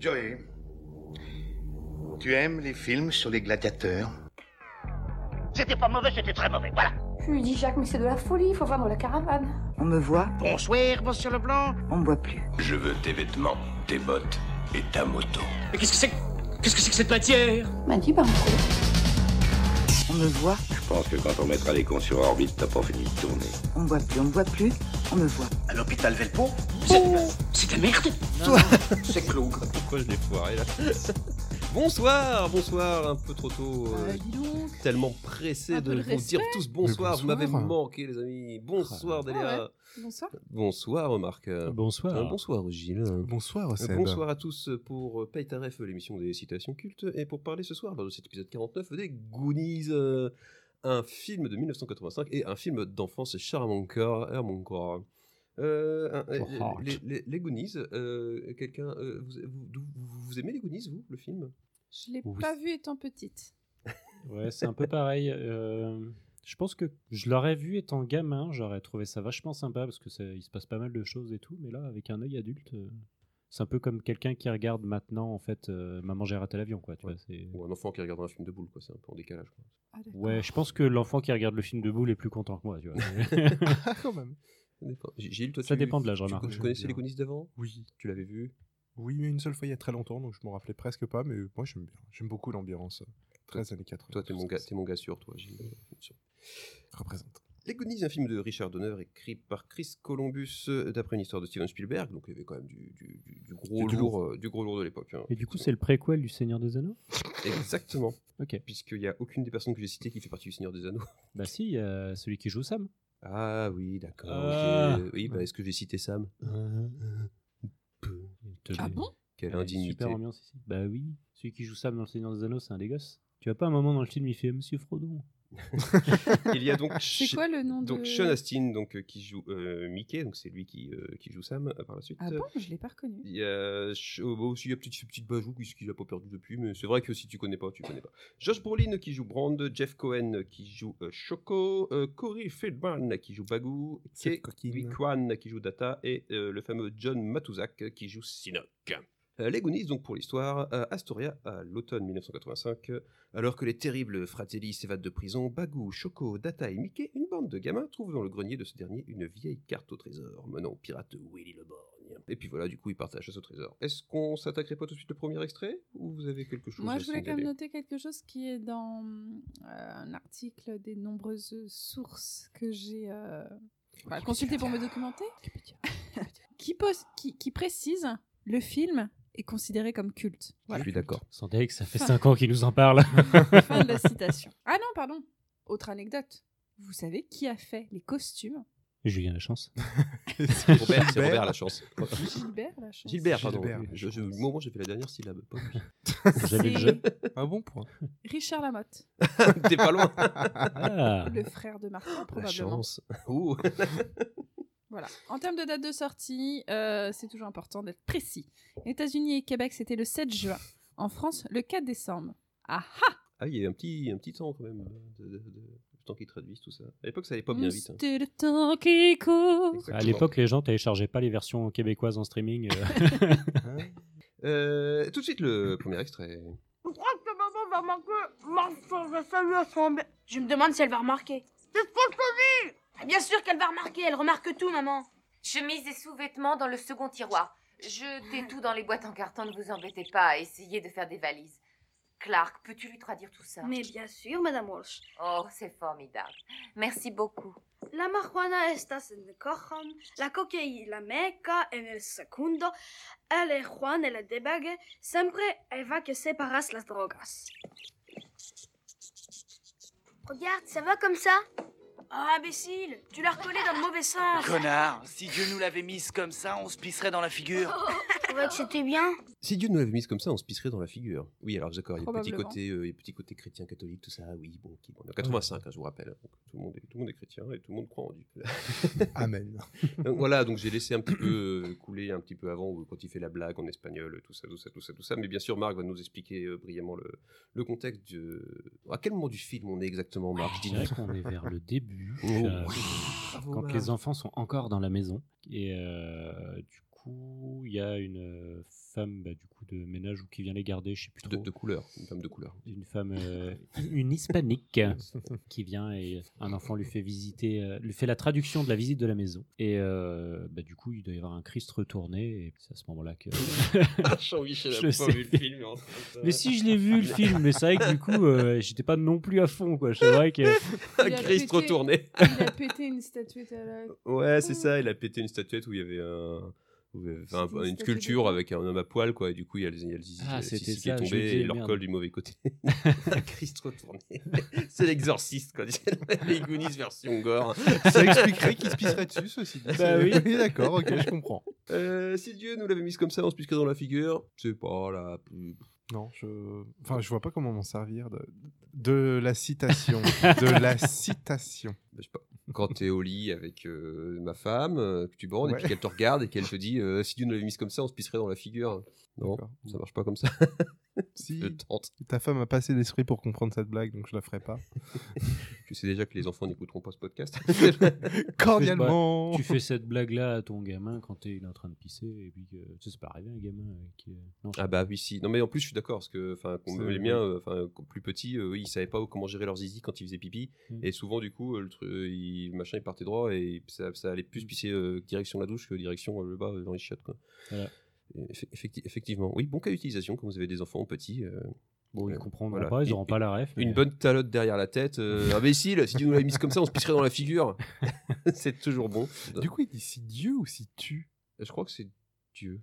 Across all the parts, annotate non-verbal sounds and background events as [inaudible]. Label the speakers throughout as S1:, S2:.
S1: Joey, tu aimes les films sur les gladiateurs
S2: C'était pas mauvais, c'était très mauvais, voilà.
S3: Je lui dis, Jacques, mais c'est de la folie, il faut vendre la caravane.
S4: On me voit,
S2: Bonsoir, monsieur Leblanc.
S4: on me voit plus.
S5: Je veux tes vêtements, tes bottes et ta moto.
S6: Mais qu'est-ce que c'est que- Qu'est-ce que c'est que cette matière
S3: M'a dit, bah, on trouve.
S4: On me voit,
S5: Je pense que quand on mettra les cons sur orbite, t'as pas fini de tourner.
S4: on me voit plus, on me voit plus, on me voit.
S2: À l'hôpital Velpo
S6: C'est de la merde
S2: C'est Cloug.
S7: Pourquoi je l'ai foiré là Bonsoir, bonsoir, un peu trop tôt. euh, tellement pressé
S8: Un
S7: de
S8: peu de
S7: vous dire tous bonsoir, vous
S9: bonsoir.
S7: m'avez
S9: Ah.
S7: manqué les amis. Bonsoir
S8: Ah
S7: Delia.
S8: Bonsoir.
S7: Bonsoir Marc. Euh,
S9: Bonsoir.
S7: bonsoir Gilles. Euh,
S9: Bonsoir, Seb.
S7: Bonsoir à tous pour euh, Paye ta ref, l'émission des citations cultes, et pour parler ce soir, lors de cet épisode 49, des Goonies, euh, un film de 1985 et un film d'enfance Charamanca. Charamanca. Euh, un- euh,
S9: Charamanca.
S7: les, les- les Goonies, euh, quelqu'un, euh, vous, vous- vous- vous aimez les Goonies, vous, le film
S8: Je l'ai
S9: Oui.
S8: pas vu étant petite.
S9: Ouais, c'est un peu pareil. euh, je pense que je l'aurais vu étant gamin, j'aurais trouvé ça vachement sympa parce que ça, il se passe pas mal de choses et tout, mais là, avec un œil adulte, euh, c'est un peu comme quelqu'un qui regarde maintenant, en fait, euh, Maman, j'ai raté l'avion, quoi. Tu vois, c'est...
S7: Ou un enfant qui regarde un film de boule, quoi, c'est un peu en décalage. quoi.
S8: Ah, d'accord.
S9: Ouais, je pense que l'enfant qui regarde le film de boule est plus content que moi,
S7: [laughs]
S9: tu vois.
S10: [laughs] Ah, quand même.
S7: Ça dépend. G- Gilles, toi,
S9: ça
S7: tu-
S9: dépend de l'âge, hein,
S7: Tu,
S9: remarque.
S7: tu connaissais les Goonies d'avant
S10: Oui.
S7: Tu l'avais vu
S10: Oui, mais une seule fois il y a très longtemps, donc je m'en rappelais presque pas, mais moi j'aime bien. J'aime beaucoup l'ambiance. euh, 13 années 80.
S7: Toi, t'es mon,
S10: tout
S7: gars-
S10: ça,
S7: t'es mon gars sûr, toi, Gilles. Sûr.
S10: ça Représente.
S7: Les Goonies, un film de Richard Donner écrit par Chris Columbus euh, d'après une histoire de Steven Spielberg. Donc il y avait quand même du, du- du- du gros,
S10: Du
S7: lourd,
S10: lourd.
S7: euh, du gros lourd de l'époque. hein.
S9: Et du coup, c'est le préquel du Seigneur des Anneaux
S7: Exactement.
S9: [laughs] Ok.
S7: Puisqu'il n'y a aucune des personnes que j'ai citées qui fait partie du Seigneur des Anneaux. [laughs]
S9: Bah si, il y a celui qui joue Sam.
S7: Ah oui, d'accord.
S9: Ah.
S7: j'ai- Oui, bah est-ce que j'ai cité Sam
S8: Ah bon
S7: Quelle
S9: Ouais,
S7: indignité.
S9: Super ambiance ici. Bah oui, celui qui joue Sam dans le Seigneur des Anneaux, c'est un des gosses. Tu vois pas un moment dans le film, il fait Monsieur Frodon.
S7: Il y
S9: [laughs]
S7: a donc.
S8: C'est quoi le nom de.
S7: donc Sean Astin donc, euh, qui joue euh, Mickey, donc c'est lui qui, euh, qui joue Sam euh, par la suite.
S8: Ah bon, je l'ai pas reconnu.
S7: Il y a Ch- oh, bah aussi il y a petite ce petit bajou puisqu'il a pas perdu depuis mais c'est vrai que si tu connais pas tu connais pas. Josh Brolin qui joue Brand, Jeff Cohen qui joue euh, Choco, euh, Corey Feldman qui joue Bagou,
S10: Cette
S7: Kei
S10: coquine.
S7: Kwan qui joue Data et euh, le fameux John Matuzak qui joue Sinoc. Euh, les Goonies, donc pour l'histoire, euh, Astoria à l'automne 1985, euh, alors que les terribles Fratelli s'évadent de prison, Bagou, Choco, Data et Mickey, une bande de gamins, trouvent dans le grenier de ce dernier une vieille carte au trésor menant au pirate Willy le Borgne. Et puis voilà, du coup, ils partent à la chasse au trésor. Est-ce qu'on s'attaquerait pas tout de suite au premier extrait Ou vous avez quelque chose
S8: Moi,
S7: à
S8: je voulais quand même
S7: signaler
S8: noter quelque chose qui est dans euh, un article des nombreuses sources que j'ai euh, bah, consultées pour me documenter, [laughs] qui, pose- qui, qui précise le film est considéré comme [laughs] culte.
S7: Je
S8: Voilà.
S7: suis d'accord.
S9: Sandek, ça fait 5 ans qu'il nous en parle. [laughs]
S8: Fin de la citation. Ah non, pardon. Autre anecdote. Vous savez qui a fait les costumes
S7: [laughs]
S9: Julien Lachance.
S7: Robert, [laughs] c'est Robert la [laughs] chance.
S8: Gilbert Lachance.
S7: Gilbert, pardon.
S10: Gilbert, la
S7: Je- je-
S10: chance.
S7: au moment, j'ai fait la dernière syllabe. pas lui. [laughs]
S9: J'avais le jeu.
S10: Un bon point.
S8: Richard Lamotte,
S7: T'es pas loin.
S9: Ah.
S8: le frère de Martin,
S7: La
S8: probablement.
S7: chance. [laughs] Ouh.
S8: Voilà. En termes de date de sortie, euh, c'est toujours important d'être précis. États-Unis et Québec, c'était le 7 juin. En France, le 4 décembre. Ah ah
S7: Ah, il y a un petit, un petit temps quand même, de, de- de- le temps qu'ils traduisent tout ça. À l'époque, ça allait pas bien vite. hein.
S8: C'était le temps qui court.
S7: Exactement.
S9: À l'époque, les gens téléchargeaient pas les versions québécoises en streaming.
S7: [laughs]
S9: euh.
S7: Euh, tout de suite,
S8: [clears throat]
S7: le premier extrait.
S2: Je crois que maman va remarquer. Je me demande si elle va remarquer. C'est ce que je te dis Ah, Bien sûr qu'elle va remarquer, elle remarque tout, maman.
S11: Chemise et sous-vêtements dans le second tiroir. Jetez tout dans les boîtes en carton, ne vous embêtez pas, essayez de faire des valises. Clark, peux-tu lui traduire tout ça
S3: Mais bien sûr, Madame Walsh.
S11: Oh, c'est formidable. Merci beaucoup.
S3: La marijuana estas en el cojón, la cocaína meca en el segundo, el Juan el debague, siempre va que separas las drogas. Regarde, ça va comme ça Ah, imbécile, tu l'as recollé dans le mauvais sens.
S2: Connard, si Dieu nous l'avait mise comme ça, on se pisserait dans la figure.
S3: Je trouvais que c'était bien.
S7: Si Dieu nous l'avait mise comme ça, on se pisserait dans la figure. Oui, alors d'accord, il y a le petit
S8: Probablement.
S7: côté, euh, il y a le petit côté chrétien catholique, tout ça. Oui, bon, qui, bon, on est en 85, hein, je vous rappelle. Donc, tout, le monde est, tout le monde est chrétien et tout le monde croit en Dieu. [laughs]
S10: Amen.
S7: donc voilà, donc j'ai laissé un petit peu euh, couler un petit peu avant où- quand il fait la blague en espagnol, tout ça, tout ça, tout ça, tout ça. Mais bien sûr, Marc va nous expliquer euh, brillamment le, le contexte. Du... À quel moment du film on est exactement, Marc
S9: Je
S8: Ah,
S7: Dis-nous.
S9: dirais qu'on est vers le début.
S7: Oh,
S9: euh,
S7: oui. Bravo,
S9: quand
S7: Marc.
S9: les enfants sont encore dans la maison. Et euh, du coup, coup, il y a une euh, femme bah, du coup de ménage ou qui vient les garder, je sais plus trop.
S7: De, de couleur, une femme de
S8: [laughs]
S7: couleur.
S9: Une femme, euh,
S7: [laughs]
S9: une hispanique qui vient et un enfant lui fait visiter, euh, lui fait la traduction de la visite de la maison. Et euh, bah, du coup, il doit y avoir un Christ retourné et c'est à ce moment-là que.
S7: Ah, Jean-Michel a
S9: Je
S7: pas
S9: sais.
S7: vu le film, mais en fait,
S12: euh,
S9: Mais si je l'ai vu le film, mais c'est vrai que du coup, euh, j'étais pas non plus à fond quoi. C'est
S7: [laughs]
S9: vrai que.
S7: Un Christ retourné.
S8: Il a pété une statuette
S7: [laughs]
S8: à la.
S7: Ouais, c'est ça, il a pété une statuette où il y avait un. où il y avait- enfin,
S8: C'était une
S7: une,
S8: statuette
S7: sculpture avec un homme à poil, quoi, et du coup, il y a le il y a le zizi
S9: Ah,
S7: il y a le
S9: c'était
S7: zizi qui
S9: ça,
S7: est
S9: je me
S7: tombé
S9: disais,
S7: et il leur
S9: merde.
S7: colle du mauvais
S9: [laughs]
S7: côté. Un Christ retourné. [laughs] C'est l'exorciste, quoi. [laughs] C'est les Goonies version gore.
S10: Ça expliquerait qu'il se pisserait dessus, ceci [laughs] dit.
S7: Bah [laughs] oui.
S10: Oui, d'accord, ok, je comprends.
S7: Euh, si Dieu nous l'avait mise comme ça, on se pisquerait dans la figure. C'est pas la plus.
S10: Non, je. Enfin, je vois pas comment m'en servir de, de la
S7: [laughs]
S10: citation. de la citation.
S7: Bah, je sais pas. Quand t'es au lit avec euh, ma femme, euh, que tu bandes, et
S10: Ouais.
S7: puis qu'elle te regarde et qu'elle te dit euh, Si Dieu nous l'avait mise comme ça, on se pisserait dans la figure. Non,
S10: D'accord.
S7: ça marche pas comme ça.
S10: Si.
S7: Je tente.
S10: Ta femme a pas assez d'esprit pour comprendre cette blague, donc je la ferai pas.
S7: Tu sais déjà que les enfants n'écouteront pas ce podcast.
S10: Cordialement
S9: Tu fais cette blague-là à ton gamin quand t'es- il est en train de pisser et puis que tu sais, c'est pas arrivé un gamin avec. euh, Non, je-
S7: ah bah oui, si. Non mais en plus, je suis d'accord, parce que enfin, qu'on-
S10: C'est-
S7: les miens, euh, enfin, qu- plus petits, euh, oui, ils savaient pas comment gérer leur zizi quand ils faisaient pipi.
S9: Mm.
S7: Et souvent, du coup, euh, le, truc, euh, il- le machin, il partait droit et ça, ça allait plus pisser euh, direction la douche que direction euh, le bas euh, dans les chiottes. Quoi.
S9: Voilà.
S7: Et effe- effecti- effectivement. Oui, bon cas d'utilisation quand vous avez des enfants petits. euh,
S9: Bon, ils
S7: euh,
S9: comprendront
S7: voilà.
S9: pas, ils
S7: Une-
S9: auront pas la ref.
S7: Une
S9: mais-
S7: bonne talotte derrière la tête. euh, imbécile, si tu nous l'avais mise comme ça, on se pisserait dans la figure. c'est toujours bon.
S10: Du coup, il dit si Dieu ou si tu
S7: je crois que c'est Dieu.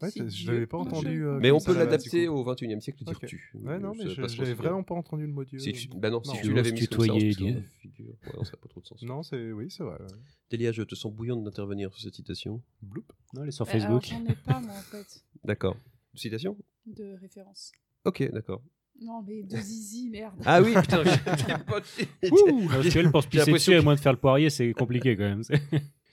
S10: Ouais,
S7: Si
S10: t'as- je
S7: Dieu.
S10: l'avais pas
S7: Non,
S10: entendu. euh,
S7: Mais
S10: comme
S7: on
S10: ça,
S7: peut
S10: là-bas,
S7: l'adapter
S10: du coup.
S7: au 21 e siècle et dire
S10: Ok.
S7: tu.
S10: Ouais, non, mais
S7: Ça
S10: je-
S7: passe trop
S10: j'avais
S7: bien.
S10: vraiment pas entendu le mot Dieu.
S7: Si tu- Bah non, si
S10: Non.
S7: tu l'avais mis comme ça, on
S9: Tutoyer,
S7: se serait
S9: Dieu.
S7: dans la figure. Ouais, non, ça n'a pas trop de sens.
S10: Non, c'est oui, c'est vrai. ouais.
S7: Delia, je te sens bouillante d'intervenir sur cette citation.
S10: Bloop.
S9: Non, elle est sur
S8: Euh, alors,
S9: Facebook.
S8: J'en ai pas, moi, en fait,
S7: D'accord. Citation
S8: de référence.
S7: Ok, d'accord.
S8: Non, mais de zizi, merde.
S7: Ah [laughs] oui, putain, j'étais pas dessus.
S9: [laughs] Ouh, parce qu'elle pense
S7: J'ai
S9: pisser
S7: l'impression
S9: dessus à moins de faire le poirier, c'est compliqué quand même.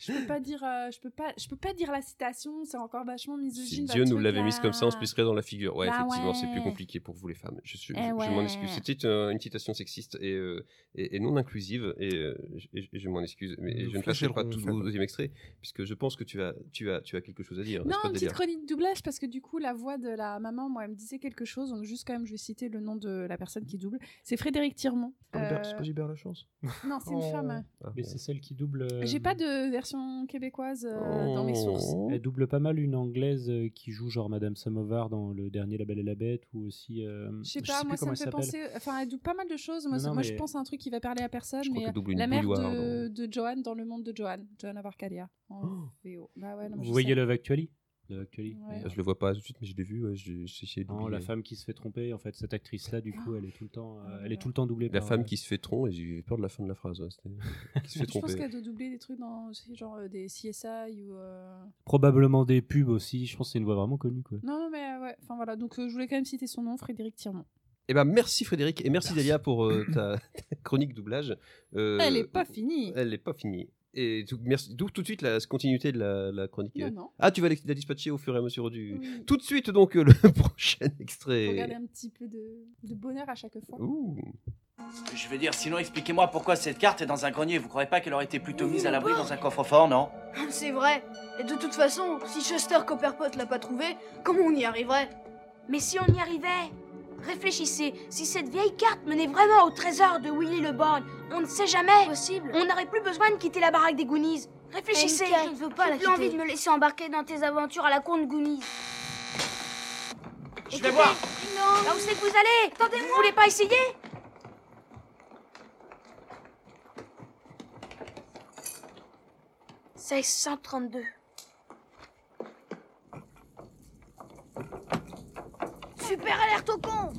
S8: Je peux pas dire, euh, je peux pas, je peux pas dire la citation. C'est encore vachement
S7: Si Dieu
S8: misogyne. votre
S7: nous
S8: truc,
S7: l'avait
S8: là.
S7: mise comme ça, on se pisserait dans la figure. Ouais,
S8: Bah
S7: effectivement,
S8: ouais.
S7: c'est plus compliqué pour vous les femmes. Je, suis,
S8: Eh
S7: je, je m'en
S8: ouais.
S7: excuse. C'était euh, une citation sexiste et, euh, et, et non inclusive, et, euh, et- et je m'en excuse. Mais
S10: Nous
S7: je ne passerai pas
S10: flagellerons,
S7: tout
S10: femme.
S7: au deuxième extrait, puisque je pense que tu as, tu as, tu as quelque chose à dire.
S8: Non,
S7: n'est-ce pas,
S8: une petite
S7: Delia
S8: chronique doublage parce que du coup la voix de la maman, moi, elle me disait quelque chose. Donc juste quand même, je vais citer le nom de la personne qui double. C'est Frédéric Tirmont.
S9: Ah,
S7: Pas Gilbert-
S8: Euh,
S7: C'est pas Gilbert Lachance
S8: Non, c'est une
S10: Oh.
S8: femme.
S7: Ah,
S9: Mais c'est celle qui double. euh,
S8: J'ai pas de version québécoise euh, dans mes sources.
S7: Oh.
S9: Elle double pas mal une anglaise euh, qui joue genre Madame Samovar dans le dernier La Belle et la Bête ou aussi. euh,
S8: Je sais pas, moi ça
S9: comment
S8: me
S9: elle
S8: fait
S9: s'appelle.
S8: penser. Enfin, elle double pas mal de choses. Moi,
S9: Non,
S8: ça-
S9: non,
S8: moi,
S9: mais-
S8: je pense à un truc qui va parler à personne.
S7: Je crois
S8: mais
S7: qu'elle double
S8: euh,
S7: une
S8: la mère
S7: bouilloire, hein.
S8: de, de Johan dans le monde de Johan, Johanna Varcalia. En VO. Bah ouais, non,
S9: Oh.
S8: mais je
S9: Vous voyez
S8: sais.
S9: Love Actually Love Actually
S8: Ouais.
S7: Je le vois pas tout de suite, mais je l'ai vu. ouais, j'ai j'ai essayé de
S9: Non,
S7: l'oublier.
S9: la femme qui se fait tromper, en fait, cette actrice-là, du coup, elle est tout le temps, euh, elle est
S8: Ah.
S9: tout le temps doublée.
S7: La
S9: par,
S7: femme
S9: euh,
S7: qui se fait tromper, et j'ai eu peur de la fin de la phrase. ouais,
S9: [laughs]
S7: c'était- qui se fait
S8: Je pense
S7: tromper.
S8: qu'elle doit doubler des trucs dans aussi, genre euh, des CSI ou. euh,
S9: Probablement des pubs aussi. Je pense que c'est une voix vraiment connue, quoi.
S8: Non, non, mais euh, ouais. Enfin voilà, donc euh, je voulais quand même citer son nom, Frédéric Tirmont.
S7: Eh ben, merci Frédéric et merci, Delia pour euh, ta [laughs] ta chronique doublage. Euh,
S8: Elle est pas finie.
S7: Elle n'est pas finie. Et tout, merci, d'où tout de suite la continuité de la, la chronique.
S8: Non, non.
S7: Ah, tu vas la, la dispatcher au fur et à mesure du.
S8: Oui.
S7: Tout de suite, donc, euh, le [laughs] prochain
S8: Faut garder
S7: extrait.
S8: un petit peu de, de bonheur à chaque fois.
S7: Ouh.
S6: Je veux dire, sinon expliquez-moi pourquoi cette carte est dans un grenier. Vous croyez pas qu'elle aurait été plutôt mise à l'abri dans un coffre-fort, non
S3: C'est vrai. Et de toute façon, si Chester Copperpot l'a pas trouvé, comment on y arriverait
S2: Mais si on y arrivait Réfléchissez, si cette vieille carte menait vraiment au trésor de Willy le Borgne, on ne sait jamais
S3: Possible.
S2: On n'aurait plus besoin de quitter la baraque des Goonies. Réfléchissez
S3: MK, je ne veux pas
S2: J'ai
S3: la
S2: plus
S3: quitter.
S2: envie de me laisser embarquer dans tes aventures à la con de Goonies.
S6: Je vais voir.
S2: Non Là où c'est que vous allez Attendez-moi Vous voulez pas essayer « 1632.
S3: Super alerte au con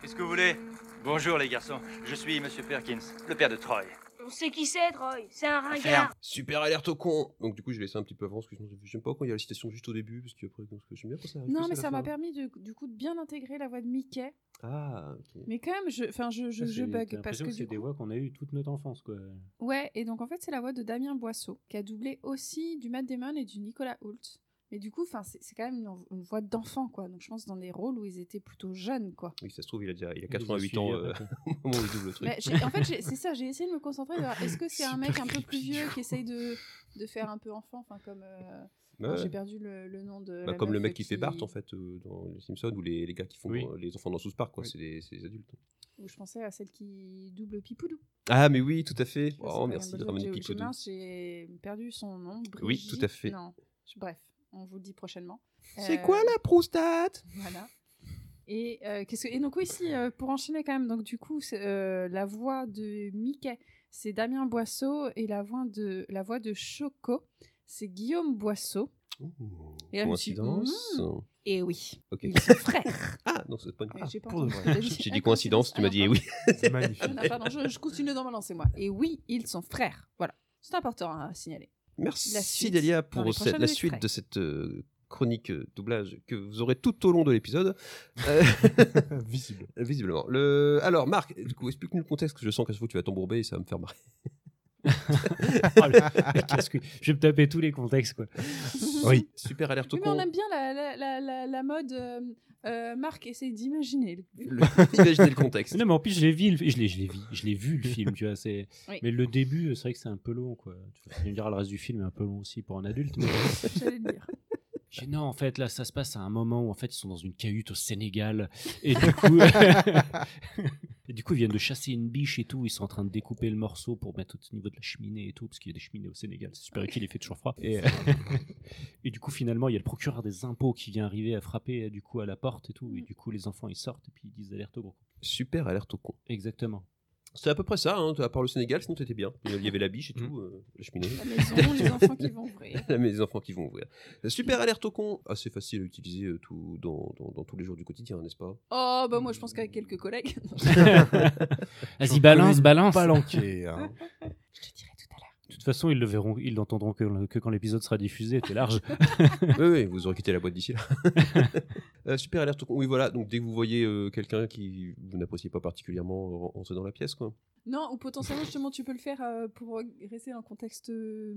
S6: Qu'est-ce que vous voulez Bonjour les garçons, je suis Monsieur Perkins, le père de Troy.
S2: On sait qui c'est, Troy. C'est un
S6: Ferme.
S2: ringard.
S7: Super alerte au con. Donc, du coup, je vais laisser un petit peu avant, parce que sinon, j'aime pas quand il y a la citation juste au début, parce que après, parce que j'aime bien quand ça arrive
S8: Non,
S7: plus à
S8: mais
S7: la
S8: ça m'a
S7: fin.
S8: permis de, du coup de bien intégrer la voix de Mickey.
S7: Ah, ok.
S8: Mais quand même, je, enfin, je,
S7: Ah,
S8: je,
S9: Ça,
S8: je
S9: c'est- t'as
S8: bug parce
S9: l'impression
S8: que
S9: c'est
S8: du
S9: des
S8: coup-
S9: voix qu'on a eues toute notre enfance, quoi.
S8: Ouais, et donc en fait, c'est la voix de Damien Boisseau, qui a doublé aussi du Matt Damon et du Nicolas Hoult. Mais du coup, enfin, c'est c'est quand même une, une voix d'enfant, quoi. Donc je pense dans des rôles où ils étaient plutôt jeunes, quoi.
S7: Oui, ça se trouve, il a, déjà, il a 88 ans euh, [laughs] au moment où il double le truc.
S8: Mais j'ai- en fait, j'ai- c'est ça, j'ai essayé de me concentrer. de voir Est-ce que c'est un
S7: Super
S8: mec un peu plus
S7: creepy, du
S8: vieux
S7: coup.
S8: qui essaye de, de faire un peu enfant, enfin, comme, euh, Alors, J'ai
S7: Ouais.
S8: perdu le, le nom de.
S7: Bah,
S8: la
S7: comme le
S8: meuf
S7: mec qui fait Bart en fait euh, dans les Simpsons ou les, les gars qui font
S9: Oui.
S7: euh, les enfants dans South Park quoi, c'est les, c'est les adultes.
S8: Où je pensais à celle qui double Pipoudou.
S7: Ah mais oui, tout à fait.
S8: Je sais pas,
S7: Oh
S8: Madame
S7: merci de
S8: Boulotte,
S7: ramener
S8: j'ai- j'ai
S7: Pipoudou.
S8: mince, J'ai perdu son nom.
S7: Oui, tout à fait.
S8: Non. Je- Bref, on vous le dit prochainement.
S7: C'est
S8: Euh,
S7: quoi la prostate
S8: Voilà. Et, euh, qu'est-ce que... et donc oui, si, euh, pour enchaîner quand même, donc du coup, c'est, euh, la voix de Mickey, c'est Damien Boisseau, et la voix de, la voix de Choco, c'est Guillaume Boisseau. Et là, je me suis dit,
S7: Coïncidence.
S8: hmm, et oui,
S7: Ok.
S8: ils sont
S7: [laughs]
S8: frères.
S7: Ah non, c'est pas une
S8: Ah, j'ai pas
S7: pour de
S8: entendu.
S7: vrai.
S8: T'as dit-
S7: J'ai
S8: Ah,
S7: dit coïncidence, tu m'as dit eh oui.
S10: C'est [laughs] magnifique.
S8: Ah, pardon, je, je continue dans ma lancée, moi. Et oui, ils sont frères. Voilà, c'est important à signaler. La
S7: Merci
S8: suite
S7: Delia
S8: dans les
S7: pour cette-
S8: prochains
S7: la
S8: extraits.
S7: suite de cette euh, chronique euh, doublage que vous aurez tout au long de l'épisode. Euh, [laughs]
S10: [laughs] Visible.
S7: Visiblement. Le... Alors Marc, du coup, explique-nous le contexte, que je sens qu'à ce fois tu vas t'embourber et ça va me faire marrer.
S9: Oh, le- [laughs] qu'est-ce que- Je vais me taper tous les contextes, quoi.
S7: Oui. Super alerte au
S8: Oui, mais on
S7: con.
S8: aime bien la, la, la, la, la mode. euh, euh, Marc essaye d'imaginer. le-
S7: Le- Imaginez le contexte.
S9: Non, mais en plus, je l'ai vu, le fi- je l'ai, je l'ai vu, je l'ai vu le film, tu vois. C'est...
S8: Oui.
S9: Mais le début, c'est vrai que c'est un peu long, quoi. Tu vois, tu me diras, le reste du film est un peu long aussi pour un adulte. Mais...
S8: J'allais le dire.
S9: J'ai dit, non, en fait, là, ça se passe à un moment où, en fait, ils sont dans une cahute au Sénégal. Et du coup, [laughs] et du coup ils viennent de chasser une biche et tout. Ils sont en train de découper le morceau pour mettre au niveau de la cheminée et tout, parce qu'il y a des cheminées au Sénégal. C'est super utile, il fait toujours froid. Et, euh, et du coup, finalement, il y a le procureur des impôts qui vient arriver à frapper, euh, du coup, à la porte et tout. Et du coup, les enfants, ils sortent et puis ils disent alerte au gros.
S7: [laughs] Super alerte au con.
S9: Exactement.
S7: C'est à peu près ça, hein, à part le Sénégal, sinon t'étais bien. Il y avait la biche et tout, euh, la cheminée. [laughs]
S8: La maison, les enfants qui vont ouvrir.
S7: La maison, les enfants qui vont ouvrir. Super alerte au con, assez facile à utiliser euh, tout, dans, dans- dans tous les jours du quotidien, n'est-ce [laughs] pas
S8: Oh, bah moi, je pense
S10: Euh.
S8: qu'avec
S10: [laughs]
S8: quelques collègues.
S9: [laughs] Vas-y, balance, balance.
S10: Pas l'enquête.
S9: [laughs]
S10: hein.
S8: je te dirai tout à l'heure.
S9: De toute façon, ils le verront, ils l'entendront que, que quand l'épisode sera diffusé, t'es large. [laughs]
S7: Oui, oui, vous aurez quitté la boîte d'ici [laughs] là. Euh, super alerte au con, oui voilà, donc dès que vous voyez euh, quelqu'un qui vous n'appréciez pas particulièrement euh, rentrer dans la pièce, quoi.
S8: Non, ou potentiellement, justement, tu peux le faire euh, pour rester dans le contexte euh,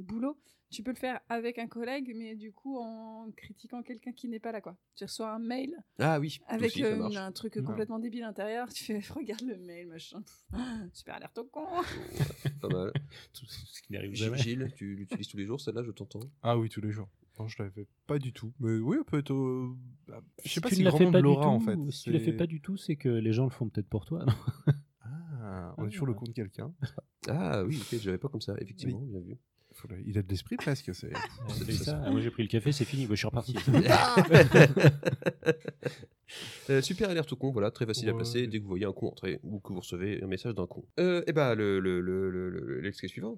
S8: boulot. Tu peux le faire avec un collègue, mais du coup, en critiquant quelqu'un qui n'est pas là, quoi. Tu reçois un mail
S7: Ah oui,
S8: avec
S7: aussi, ça
S8: euh,
S7: marche.
S8: un truc
S10: Non.
S8: complètement débile à l'intérieur. Tu fais, [laughs] regarde le mail, machin. [laughs] Super alerte au con. [laughs]
S7: Pas [laughs] mal.
S9: Ce qui n'arrive
S7: Gilles,
S9: jamais.
S7: Gilles, tu l'utilises tous les jours, celle-là, je t'entends.
S10: Ah oui, tous les jours. Non, je l'avais pas du tout. Mais oui, peut-être. euh, bah, Je sais pas
S9: tu
S10: si
S9: ne la fais
S10: vraiment
S9: pas
S10: de
S9: du
S10: Laura
S9: tout,
S10: en fait.
S9: Si tu la fais
S10: C'est-
S9: pas du tout, c'est que les gens le font peut-être pour toi. non
S10: Ah, on est sur le compte de quelqu'un.
S7: Ah oui, ok, j'avais pas comme ça, effectivement, bien vu.
S10: Faut le- Il a de l'esprit presque.
S7: [laughs]
S10: C'est.
S9: On fait ça. Ah, moi j'ai pris le café, c'est fini, moi, je suis [laughs] reparti.
S10: [laughs]
S7: Euh, super alerte au con, voilà, très facile à
S10: Ouais.
S7: placer dès que vous voyez un con entrer ou que vous recevez un message d'un con. Euh, et bah, le, le, le, le, le- l'extrait suivant.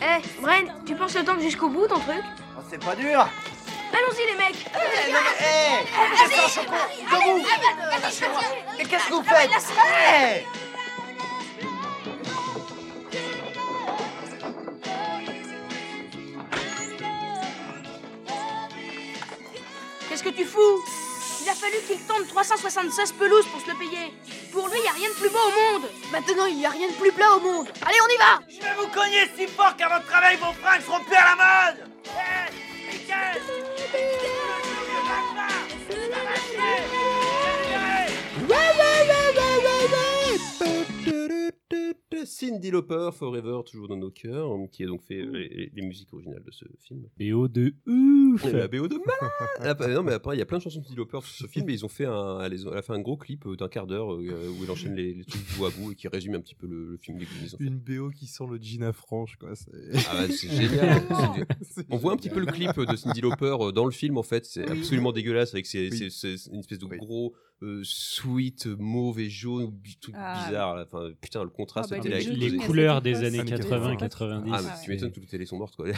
S2: Eh, Bren, tu penses le temps jusqu'au bout ton truc
S6: Oh, c'est pas dur
S2: Allons-y les mecs
S6: Eh, non, mais, eh Vincent Chocon, debout Lâchez-moi. Mais qu'est-ce que vous faites Eh
S2: Qu'est-ce que tu fous Il a fallu qu'il tente 376 pelouses pour se le payer. Pour lui, y a rien de plus beau au monde. Maintenant, il y a rien de plus plat au monde. Allez, on y va
S6: Je vais vous cogner si fort qu'à votre travail, vos fringues seront plus à la mode Eh Michael
S7: Cindy Lauper, Forever, toujours dans nos cœurs, qui a donc fait
S10: Mmh.
S7: euh, les, les musiques originales de ce film.
S9: BO de ouf
S7: Et la BO de malade [laughs] Ah, Non, mais après, il y a plein de chansons de Cindy Lauper sur ce film, et ils ont fait un, elle les- elle a fait un gros clip euh, d'un quart d'heure euh, où elle enchaîne les, les trucs bout à bout et qui résume un petit peu le, le film des Goonies. en fait.
S10: Une BO qui sent le gin à franche, quoi. c'est-
S7: Ah, bah, c'est
S10: [laughs]
S7: génial!
S8: Vraiment.
S7: C'est- On voit un petit peu le clip de Cindy Lauper euh, dans le film en fait, c'est
S8: Oui.
S7: absolument dégueulasse avec ses,
S10: Oui.
S7: ses- ses- une espèce de
S10: Oui.
S7: gros euh, sweat euh, mauve et jaune ou bi- truc
S8: Ah.
S7: bizarre. là. Enfin, putain, le contraste
S8: Ah, bah,
S7: était
S8: les
S7: là avec
S8: jeux
S7: les-
S9: les
S8: Goonies,
S9: couleurs
S8: c'était
S9: des années
S8: pas-
S9: 80-90.
S7: Ah,
S8: Ah,
S7: mais
S8: ouais.
S7: tu m'étonnes, toutes les télés sont mortes
S8: [laughs]
S7: quoi.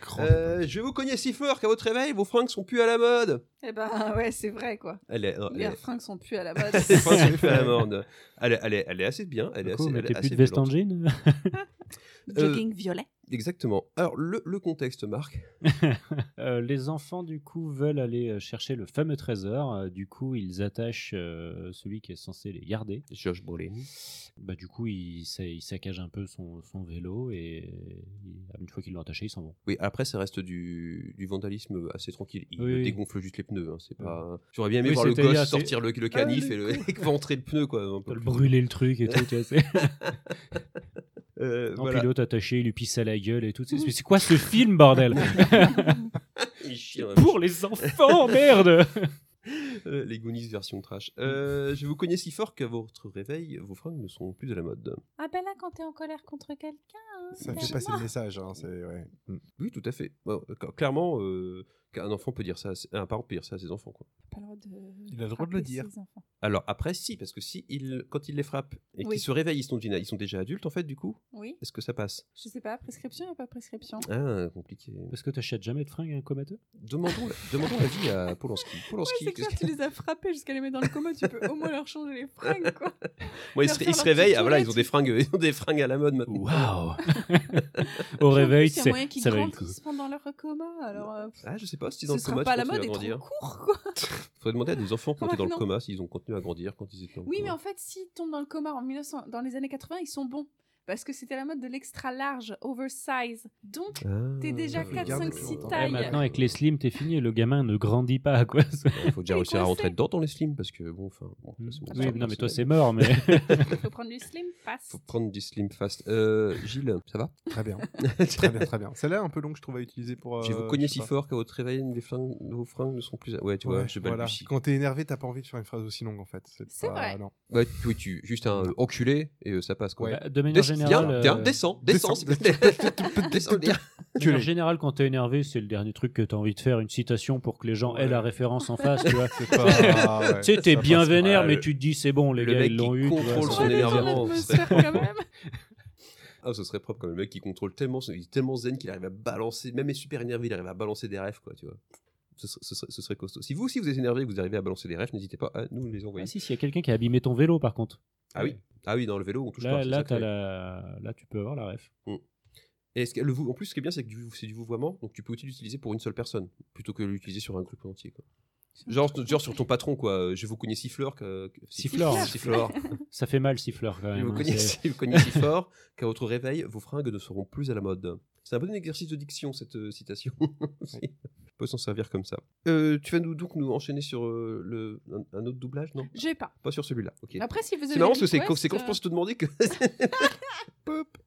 S10: Grand
S7: Euh, je vous connais si fort qu'à votre réveil, vos fringues sont plus à la mode!
S8: Eh ben ouais, c'est vrai, quoi.
S7: Elle est, non, elle
S8: Les
S7: est-
S8: refrains qui sont
S10: [laughs]
S8: plus à la mode.
S7: les fringues sont plus à la mode. Elle est, elle est- elle est assez bien, elle est
S9: Du coup,
S7: assez, elle
S9: mettez
S7: est
S9: plus
S7: assez
S9: de veste en
S7: violente.
S9: jean
S8: [laughs]
S10: Euh.
S8: Jogging
S10: [laughs]
S8: violet.
S7: Exactement. Alors, le, le contexte, Marc.
S9: [laughs] Euh, les enfants, du coup, veulent aller euh, chercher le fameux trésor. Euh, Du coup, ils attachent euh, celui qui est censé les garder.
S7: George Brolin.
S9: Bah, du coup, ils sa- ils saccagent un peu son, son vélo et euh, une fois qu'ils l'ont attaché, ils s'en vont.
S7: Oui, après, ça reste du, du vandalisme assez tranquille. Il
S9: Oui, oui.
S7: dégonfle juste les pneus. hein, c'est pas... J'aurais bien aimé
S9: Oui,
S7: voir le
S9: c'était
S7: gosse
S9: assez-
S7: sortir le, le canif [laughs]
S9: Ah,
S7: et le... éventrer le pneu. Quoi, un peu
S9: Ils veulent
S7: plus.
S9: brûler le truc et tout. tu vois, c'est-
S7: Euh,
S9: Non,
S7: voilà.
S9: pilote attaché, il lui pisse à la gueule et tout. C'est c'est quoi ce
S7: [laughs]
S9: film, bordel
S7: Il chie dans la
S9: Pour
S7: bouche. [laughs]
S9: les enfants, merde
S7: Euh, Les Goonies version trash.
S9: [laughs]
S7: Euh, je vous connais si fort qu'à votre réveil, vos fringues ne sont plus à la mode.
S8: Ah ben là, quand t'es en colère contre quelqu'un. hein,
S10: Ça fait
S8: calme-toi.
S10: passer le message. Hein, c'est- ouais.
S9: Hmm.
S10: Mm.
S7: Oui, tout à fait. Bon, euh, cl- clairement, euh, qu'un enfant peut dire ça, à ses- un parent peut dire ça à ses enfants. Quoi.
S8: Pas le droit de
S10: Il a le droit de
S8: frapper
S10: le dire.
S8: ses enfants.
S7: Alors après, si, parce que si il, quand il les frappe et
S8: Oui.
S7: qu'ils se réveillent, ils sont, devina- ils sont déjà adultes en fait, du coup,
S8: Oui.
S7: est-ce que ça passe
S8: Je sais pas, prescription ou pas prescription
S7: Ah, compliqué.
S9: Parce que t'achètes jamais de fringues hein, à un comateux
S7: Demandons, demandons l'avis à Polanski. Polanski,
S8: C'est
S7: qu'est-ce [laughs]
S8: clair, tu les as frappés jusqu'à les mettre dans le coma, tu peux au moins leur changer les fringues,
S7: [laughs]
S8: quoi.
S7: Moi, ils
S8: Leur
S7: se,
S8: faire
S7: ils se
S8: leur
S7: réveillent,
S8: petite
S7: ah voilà, ils
S8: toilette.
S7: ont des fringues, [laughs] ils ont des fringues à la mode maintenant.
S9: [laughs]
S7: Waouh
S9: Au réveil,
S8: C'est
S9: c'est-
S8: moyen qu'ils
S9: ça va être cool.
S8: grandissent pendant leur coma, alors... euh, pff,
S7: Ah, je sais pas si
S8: ce
S7: dans le
S8: sera
S7: coma,
S8: pas à la
S7: ils continuent
S8: mode
S7: à
S8: et trop
S7: grandir.
S8: court, quoi.
S7: Faudrait demander à des enfants qui étaient dans le
S8: Maintenant.
S7: coma s'ils ont continué à grandir quand ils étaient dans le
S8: Oui, mais
S7: coma.
S8: en fait, s'ils tombent dans le coma en 1900, dans les années 80, ils sont bons. Parce que c'était la mode de l'extra large, oversize.
S7: [laughs]
S8: Donc,
S7: Ah.
S8: t'es déjà
S10: Ah,
S8: 4,
S10: regarde
S8: 5,
S10: plus
S8: 6
S10: longtemps.
S9: Ouais,
S8: tailles.
S9: Maintenant, avec les slims, t'es fini. Le gamin ne grandit pas, quoi.
S7: Bah, Il faut déjà
S8: les
S7: réussir à rentrer
S8: coincés.
S7: dedans dans les slims parce que bon, enfin. Bon, ça, c'est mon
S9: Mm. Oui,
S7: avis
S9: non, mais toi,
S7: personnel.
S9: c'est
S7: [laughs]
S9: mort, mais.
S8: Faut prendre du slim fast.
S7: Faut prendre du slim fast. Euh, Gilles, ça va
S10: Très bien.
S7: [laughs]
S10: très bien, très bien. Celle-là, un peu longue, je trouve à utiliser pour. euh,
S7: Je vous connais
S10: sais
S7: si
S10: pas.
S7: fort qu'à votre réveil, les fringues- vos fringues ne sont plus. à- Ouais, tu vois,
S10: Ouais,
S7: je
S10: voilà.
S7: balbutie.
S10: Quand t'es énervé, t'as pas envie de faire une phrase aussi longue en fait.
S8: C'est
S10: pas-
S8: vrai.
S10: non.
S7: Ouais, tu, tu- juste un euh, enculé et euh, ça passe quoi.
S10: Ouais.
S9: Bah, De manière
S7: Des-
S9: générale.
S7: viens,
S9: euh,
S7: tiens, descends, descends, s'il te
S9: [laughs]
S7: plaît. Descends, viens.
S9: de manière générale, quand t'es énervé, c'est le dernier truc que t'as envie de faire, une citation pour que les gens aient
S10: Ouais.
S9: la référence en face, tu vois.
S10: C'est
S8: [laughs]
S10: pas- ah ouais,
S9: Tu sais, t'es
S10: ça
S9: bien
S10: passe pas.
S9: vénère,
S7: Ouais,
S9: mais
S7: le-
S9: tu te dis, c'est bon, les
S7: le
S9: gars,
S7: mec
S9: ils l'ont
S7: qui
S9: eu. tu vois,
S7: contrôle son
S9: c'est-
S8: On va détendre
S7: énervement,
S8: l'atmosphère,
S7: [laughs]
S8: quand même.
S7: Ah, ce serait propre quand même. Le mec, il contrôle tellement, son- il est tellement zen qu'il arrive à balancer, même est super énervé, il arrive à balancer des rêves, quoi, tu vois. Ce serait, ce serait- ce serait costaud. Si vous aussi vous êtes énervé et que vous arrivez à balancer des rêves, n'hésitez pas à nous les
S9: Ah,
S7: envoyer.
S9: si, s'il y a quelqu'un qui a abîmé ton vélo, par contre.
S7: Ah oui, ah oui, dans le vélo, on touche pas.
S9: Là,
S7: c'est
S9: là,
S7: sacré.
S9: t'as la... là, tu peux avoir la ref.
S7: Et ce que- le vou- en plus, ce qui est bien, c'est que du- c'est du vouvoiement, donc tu peux aussi l'utiliser pour une seule personne, plutôt que l'utiliser sur un groupe entier. Quoi. Genre, genre sur ton patron, quoi. euh, Je vous connais siffleur. Que, que-
S9: Siffleur.
S7: Siffleur.
S9: Ça fait mal, siffleur, quand
S7: Je
S9: même.
S7: vous
S9: hein,
S7: connais
S9: c'est-
S7: si, [laughs] vous connais si fort qu'à votre réveil, vos fringues ne seront plus à la mode. C'est un bon exercice de diction, cette euh, citation. [laughs] aussi. On peut s'en servir comme ça. Euh, tu vas nous, donc nous enchaîner sur euh, le, un, un autre doublage Non,
S8: J'ai pas.
S7: pas sur celui-là. ok.
S8: Après, si vous avez
S7: C'est marrant
S8: des
S7: parce que c'est quand,
S8: requests,
S7: c'est quand je
S8: euh,
S7: pense te demander
S8: [laughs]
S7: que. [laughs] Pop.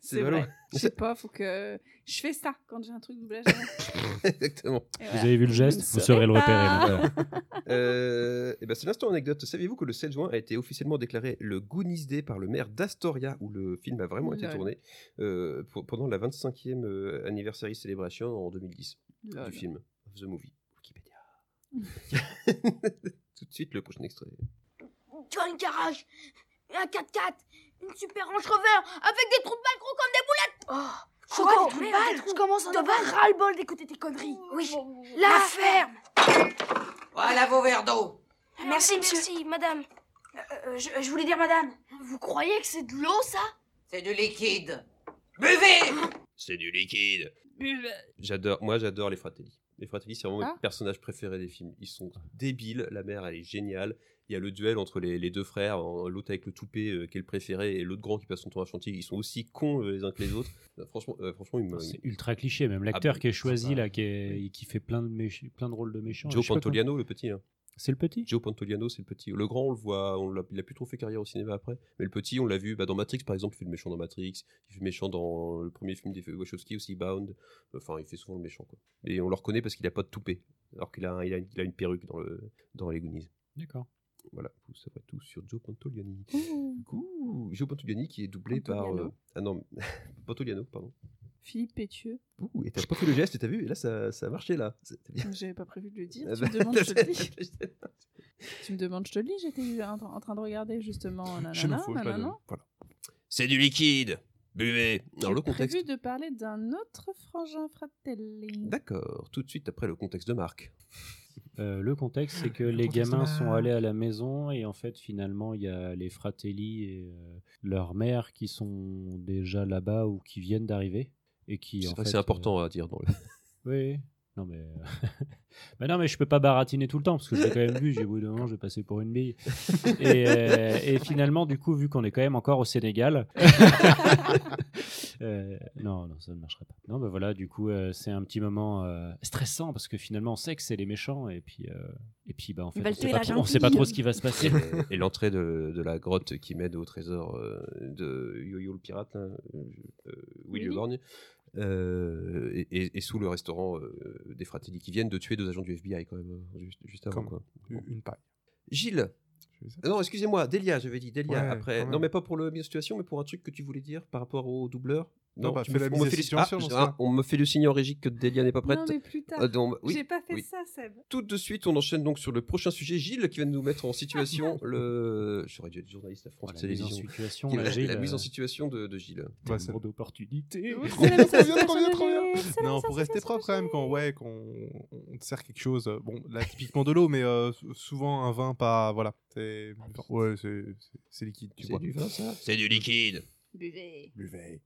S8: C'est
S7: ballot.
S8: vrai. euh, [laughs] Je sais pas, faut que... Je fais ça quand j'ai un truc doublage.
S7: [laughs] Exactement.
S8: Et
S9: Vous
S8: voilà.
S9: avez vu le geste
S8: Vous
S9: Vous
S8: ne
S9: saurez le
S8: saurez
S9: repérer.
S8: pas.
S9: maintenant.
S7: Euh, eh ben, c'est l'instant anecdote. Saviez-vous que le 7 juin a été officiellement déclaré le Goonies Day par le maire d'Astoria, où le film a vraiment été
S8: Lol.
S7: tourné, euh, pour- pendant la 25e euh, anniversary celebration en 2010
S8: [laughs] Lol.
S7: du film The Movie. Wikipédia. [laughs] Tout de suite, le prochain extrait.
S2: Tu as une garage, un 4x4, une super Range Rover avec des trous de balle gros comme des boulettes. Oh,
S3: Choco, merde, je commence à en
S2: T'as
S3: avoir
S2: ras-le-bol d'écouter tes conneries. Oui, la,
S8: Ah,
S2: ferme.
S13: Voilà vos verres d'eau.
S2: Merci, monsieur. Merci, madame. Euh, euh, je, je voulais dire madame. Vous croyez que c'est de l'eau, ça
S13: C'est du liquide. Buvez
S7: C'est du liquide. J'adore, moi j'adore les Fratelli. Les Fratelli, c'est vraiment
S8: Ah.
S7: mes personnages préférés des films. Ils sont débiles, la mère elle est géniale. Il y a le duel entre les, les deux frères, en- l'autre avec le toupet euh, qui est le préféré et l'autre grand qui passe son temps à chantier. Ils sont aussi cons euh, les uns que les autres. Euh, franchement, euh, franchement, ils me-
S9: Ah, C'est ultra cliché, même l'acteur
S7: Ah,
S9: qui est choisi,
S7: c'est pas-
S9: là, qui, est- qui fait plein de, méch- plein de rôles de méchants.
S7: Joe
S9: je sais pas comment-
S7: Pantoliano, le petit. hein. là.
S9: C'est le petit
S7: Joe Pantoliano, c'est le petit. Le grand, on le voit, on l'a- il a plus trop fait carrière au cinéma après. Mais le petit, on l'a vu bah, dans Matrix, par exemple, il fait le méchant dans Matrix. Il fait le méchant dans le premier film des Wachowski aussi, Bound. Enfin, il fait souvent le méchant. Quoi. Et on le reconnaît parce qu'il a pas de toupet. Alors qu'il a, un- il a, il a une perruque dans, le, dans les Goonies.
S9: D'accord.
S7: Voilà, vous saurez tout sur Joe Pantoliani. Ouh, Joe Pantoliani qui est doublé par.
S8: Pantoliano.
S7: euh, ah non, [laughs] Pantoliano, pardon.
S10: [laughs]
S8: Philippe Pétieux.
S7: Ouh, et t'as pas fait le geste, et t'as vu, et là, ça, ça a marché, là. C'était bien.
S8: J'avais pas prévu de le
S10: Eh
S8: dire.
S10: ben,
S8: Tu me demandes, je te
S10: [laughs]
S8: le dis.
S7: [laughs]
S8: Tu me demandes, je te le dis, j'étais en, en train de regarder justement. euh,
S10: Je me
S8: Nanana,
S10: fous, je la donne.
S8: nanana.
S10: Voilà.
S7: C'est du liquide Buvez Alors, le
S8: J'ai
S7: contexte.
S8: prévu de parler d'un autre frangin fratelli.
S7: D'accord, tout de suite après le contexte de Marc.
S9: Euh, le contexte, c'est que les
S10: contexte de
S9: gamins sont
S7: Ah.
S10: Marc.
S9: allés à la maison et en fait, finalement, il y a les fratelli et euh, leur mère qui sont déjà là-bas ou qui viennent d'arriver. et qui
S7: C'est
S9: en
S7: vrai que
S9: fait,
S7: c'est
S9: euh,
S7: important à dire dans
S10: [laughs]
S7: le.
S9: Oui. Non mais... bah non [laughs] mais je peux pas baratiner tout le temps parce que j'ai quand même vu, j'ai au bout d'un moment je vais passer pour une bille. Et, euh, et finalement du coup vu qu'on est quand même encore au Sénégal, [laughs] Euh, non, non, ça ne marcherait pas. Non, bah voilà, du coup, euh, c'est un petit moment euh, stressant parce que finalement, on sait que c'est les méchants et puis, euh, et puis bah, en fait,
S14: Ils veulent
S9: on sait
S14: tuer
S9: pas
S14: la
S9: trop- on sait
S14: gentille.
S9: pas trop ce qui va
S14: [laughs]
S9: se passer.
S7: Et, et l'entrée de, de la grotte qui mène au trésor euh, de Yo-Yo le pirate, là, euh, euh, Willy
S9: Willy.
S7: le Borgne, euh, et, et- et sous le restaurant euh, des fratelli qui viennent de tuer deux agents du FBI quand même, euh, juste, juste avant.
S10: Comme
S7: quoi.
S10: Une paille.
S7: Gilles Ah Non, excusez-moi, Delia, j'avais dit Delia
S10: Ouais, quand
S7: après.
S10: même.
S7: Non, mais pas pour le mise en situation, mais pour un truc que tu voulais dire par rapport au doubleur.
S10: Non, bah,
S7: tu
S10: fais
S7: me
S10: la
S7: on me
S10: mise
S7: fait
S10: en
S7: le-
S10: situation,
S7: ah,
S10: j'en sais
S7: ah,
S10: rien.
S7: on me fait le signe en régie que Delia n'est pas prête.
S8: Non, mais plus tard.
S7: Euh, donc, oui,
S8: J'ai pas fait
S7: oui.
S8: ça, Seb.
S7: Tout de suite, on enchaîne donc sur le prochain sujet. Gilles qui va nous mettre en
S10: [laughs]
S7: situation le. J'aurais dû être journaliste à France
S10: Ah,
S9: Voilà,
S7: Télévisions.
S9: mise en situation,
S7: Qui-
S9: là, Gilles,
S7: la mise en
S9: euh,
S7: situation de, de Gilles.
S9: Tellement d'opportunités.
S10: [laughs] Non, faut rester propre hein. quand même quand ouais, qu'on on te sert quelque chose. euh, Bon, là typiquement de l'eau, mais euh, sou- souvent un vin pas voilà. C'est ouais, c'est c'est- c'est liquide. Tu
S7: C'est
S10: vois.
S7: du vin, ça C'est du liquide.
S8: Buvez.
S10: Buvez.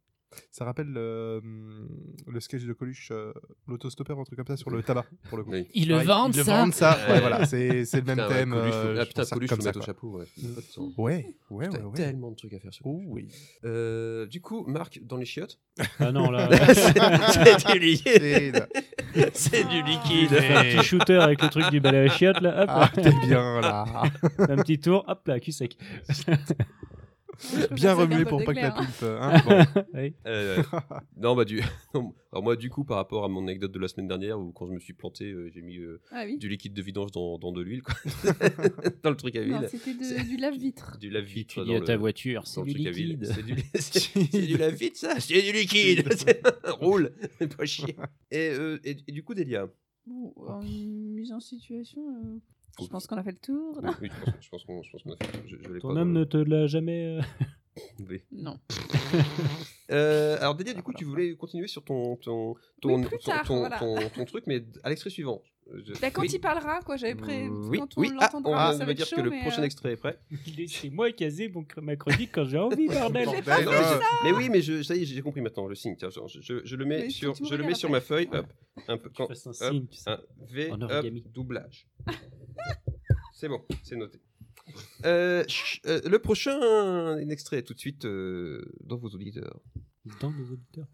S10: Ça rappelle euh, hum, le sketch de Coluche, euh, l'autostoppeur, un truc comme ça sur le tabac pour le coup.
S7: Oui.
S15: Ils le
S10: Ouais,
S15: vendent,
S10: ils le
S15: ça
S10: vendent ça. Ouais,
S7: Ouais.
S10: voilà, c'est c'est le même
S7: Putain, ouais,
S10: thème.
S7: Coluche, faut-
S10: euh,
S7: ah,
S10: je
S7: putain,
S10: pense ça
S7: Coluche,
S10: comme
S7: faut
S10: ça,
S7: mettre au
S10: quoi.
S7: chapeau, ouais. Ça n'a pas de sens.
S10: Ouais, ouais,
S7: Putain,
S10: ouais, ouais.
S7: tellement de trucs à faire sur
S10: Oh
S7: [laughs]
S10: oui.
S7: Euh, du coup, Marc, dans les
S10: [laughs]
S7: chiottes
S9: Ah non, [laughs] là.
S7: c'est c'est du liquide. C'est du
S9: Il
S7: liquide.
S9: a fait un petit shooter avec le truc du balai à chiottes, là. Hop.
S10: Ah, t'es bien, là.
S7: [laughs]
S9: un petit tour, hop là, cul sec.
S10: Bien remué pour pas que la
S7: [laughs]
S10: pulpe. hein, bon.
S9: Oui.
S7: Euh,
S10: [laughs]
S7: non, bah, du... [laughs] non, alors moi, du coup, par rapport à mon anecdote de la semaine dernière, où quand je me suis planté, euh, j'ai mis euh,
S8: Ah oui.
S7: du liquide de vidange dans, dans de l'huile, quoi. [laughs] dans le truc à huile.
S8: Non, c'était
S10: [laughs]
S8: de-
S7: C'est-
S8: du lave-vitre.
S7: Du lave-vitre.
S9: Tu dis
S7: dans
S9: à
S7: le-
S9: ta voiture,
S7: dans
S9: c'est
S7: le
S9: du
S7: truc à huile.
S9: liquide.
S7: C'est [laughs] du, c'est- c'est du lave-vitre, ça [laughs] C'est du liquide Roule Pas [laughs] chier. Et, euh, et- et du coup, Delia
S8: Bon, en mise en situation, euh, je pense qu'on a fait le tour. non
S7: Oui, je pense- je pense qu'on je pense qu'on a fait. Je, je l'ai
S9: Ton
S7: pas
S9: homme
S7: dans
S9: ne te l'a [laughs] jamais. euh,
S7: le- Oui.
S8: Non.
S7: Euh, alors Dédé, du coup, tu voulais continuer sur ton ton ton
S8: Mais plus
S7: ton,
S8: tard,
S7: ton-
S8: voilà.
S7: ton- ton truc, mais à l'extrait suivant. Je-
S8: Bah, quand
S7: Oui.
S8: il parlera, quoi, j'avais pré...
S7: Oui,
S8: quand on
S7: oui. Ah, on va
S8: l'entendra, ça va
S7: me
S8: être
S7: dire
S8: chaud,
S7: que le
S8: mais,
S7: prochain
S8: euh,
S7: extrait est prêt.
S9: Il est chez moi caser mon cr- ma chronique [laughs] quand j'ai envie, bordel.
S10: Bah,
S7: Non, mais
S8: Ah
S7: mais oui, mais je, ça y est, j'ai compris maintenant le signe. Tiens, je, je- je le mets
S9: Mais
S7: sur,
S9: tu me
S7: je le mets
S9: regardes
S7: sur ma feuille. Hop, un peu quand.
S9: fasses un
S7: hop, hein.
S9: signe, tu sais,
S7: un V,
S9: en
S7: hop,
S9: origami.
S7: doublage.
S9: [laughs]
S7: c'est bon, c'est noté. Euh, ch- euh, le prochain extrait tout de suite euh, dans vos auditeurs.
S9: Dans nos auditeurs.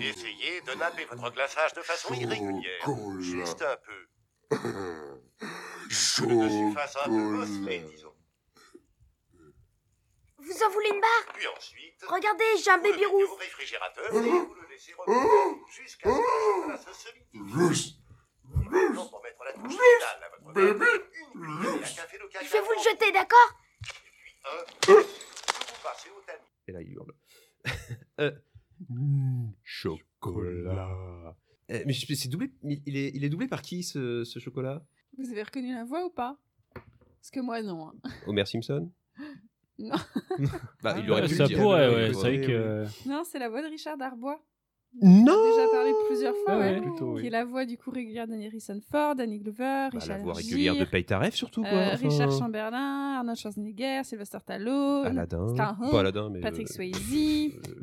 S12: Essayez de napper votre glaçage de façon irrégulière. Juste un peu. Que le dessus fasse un peu osselé, disons.
S2: Vous en voulez une barre
S12: Puis ensuite,
S2: Regardez, j'ai un baby rouge.
S12: au réfrigérateur, et vous le laissez reposer jusqu'à ce que la sauce se liquide. Non, pour mettre la touche finale à votre
S2: Bébé.
S12: verre, une cuillère à café
S13: Ah.
S12: de
S2: Je
S12: caca.
S2: vais vous le jeter, d'accord
S12: Un, deux, vous passez au tamis.
S7: Et là, il hurle. Euh, chocolat. Euh, mais je- c'est doublé. mais Il est, il est doublé par qui ce, ce chocolat
S8: Vous avez reconnu la voix ou pas Parce que
S7: [laughs]
S8: moi, non. hein.
S7: Homer Simpson
S8: Non.
S7: [laughs]
S8: Ah,
S7: Bah, il aurait pu
S9: Ah, ça
S7: le dire.
S9: pourrait,
S7: Il
S9: ouais,
S7: aurait
S9: c'est vrai
S7: pu.
S9: que. euh,
S8: Non, c'est la voix de Richard Darbois.
S7: Non
S8: On en a déjà parlé plusieurs fois,
S7: Ah ouais,
S8: ouais,
S7: plutôt, oui.
S8: qui est la voix du coup régulière d'Annie Harrison Ford, Annie Glover,
S7: Bah,
S8: Richard
S7: la voix
S8: Gere,
S7: régulière de Paye ta rêve, surtout. Quoi. Oh,
S8: euh,
S7: Enfin,
S8: Richard Chamberlain, Arnold Schwarzenegger, Sylvester Stallone,
S7: Aladdin.
S8: Stallone,
S7: Pas Aladdin, mais euh,
S8: Patrick
S7: le-
S8: Swayze.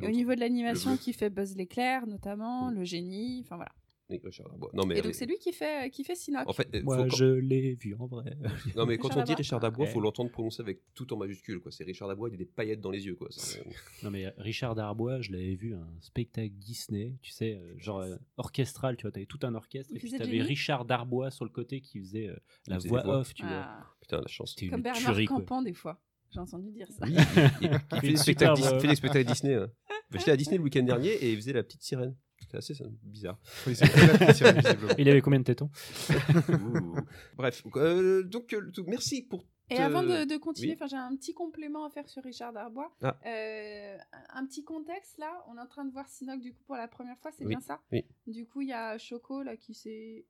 S8: Et au niveau de
S7: le
S8: l'animation,
S7: bleu.
S8: qui fait Buzz l'éclair, notamment, le génie, enfin voilà.
S7: mais Richard Darbois. Non, mais,
S8: et donc c'est lui qui fait, qui fait Sinoc.
S7: En fait, euh,
S9: Moi,
S7: faut quand-
S9: je l'ai vu en
S7: [laughs]
S9: vrai.
S7: non, mais quand on
S8: Richard
S7: dit
S8: Darbois.
S7: Richard Darbois,
S9: Ouais.
S7: faut l'entendre prononcer avec tout en majuscule. quoi. C'est Richard Darbois, il a des paillettes dans les yeux. Quoi. C'est- euh,
S9: Non mais euh, Richard Darbois, je l'avais vu à un spectacle Disney, tu sais, euh, genre euh, orchestral, tu vois, t'avais tout un orchestre,
S8: Il
S9: et puis
S8: faisait de
S9: t'avais
S8: Jenny
S9: Richard Darbois sur le côté qui faisait euh, la
S7: faisait
S9: voix
S7: les voix.
S9: off, tu
S8: Ah.
S9: vois.
S7: Putain, la chance.
S9: C'était
S8: Comme
S9: une
S8: Bernard
S9: tuerie, quoi.
S8: Campan, des fois. J'ai entendu dire ça.
S7: [laughs] Oui, il, il-
S9: [laughs]
S7: il fait, des
S9: Une
S7: spectacles,
S9: superbe-
S7: Dis-
S9: euh,
S7: il fait des
S9: [laughs]
S7: spectacles Disney. hein. Bah, J'étais à Disney le week-end dernier et il faisait la petite sirène. C'était assez ça,
S9: [laughs]
S7: bizarre.
S10: Oui, c'est la petite sirène, visiblement.
S7: [laughs]
S9: Il avait combien de tétons
S7: Ouh. Bref, euh, donc euh, tout- merci pour.
S8: Et
S7: te-
S8: avant de, de continuer,
S7: Oui.
S8: enfin, j'ai un petit complément à faire sur Richard Darbois.
S7: Ah.
S8: Euh, un- un petit contexte là, on est en train de voir Sinoc du coup pour la première fois, c'est
S7: Oui,
S8: bien ça
S7: oui.
S8: Du coup, il y a Choco là qui s'est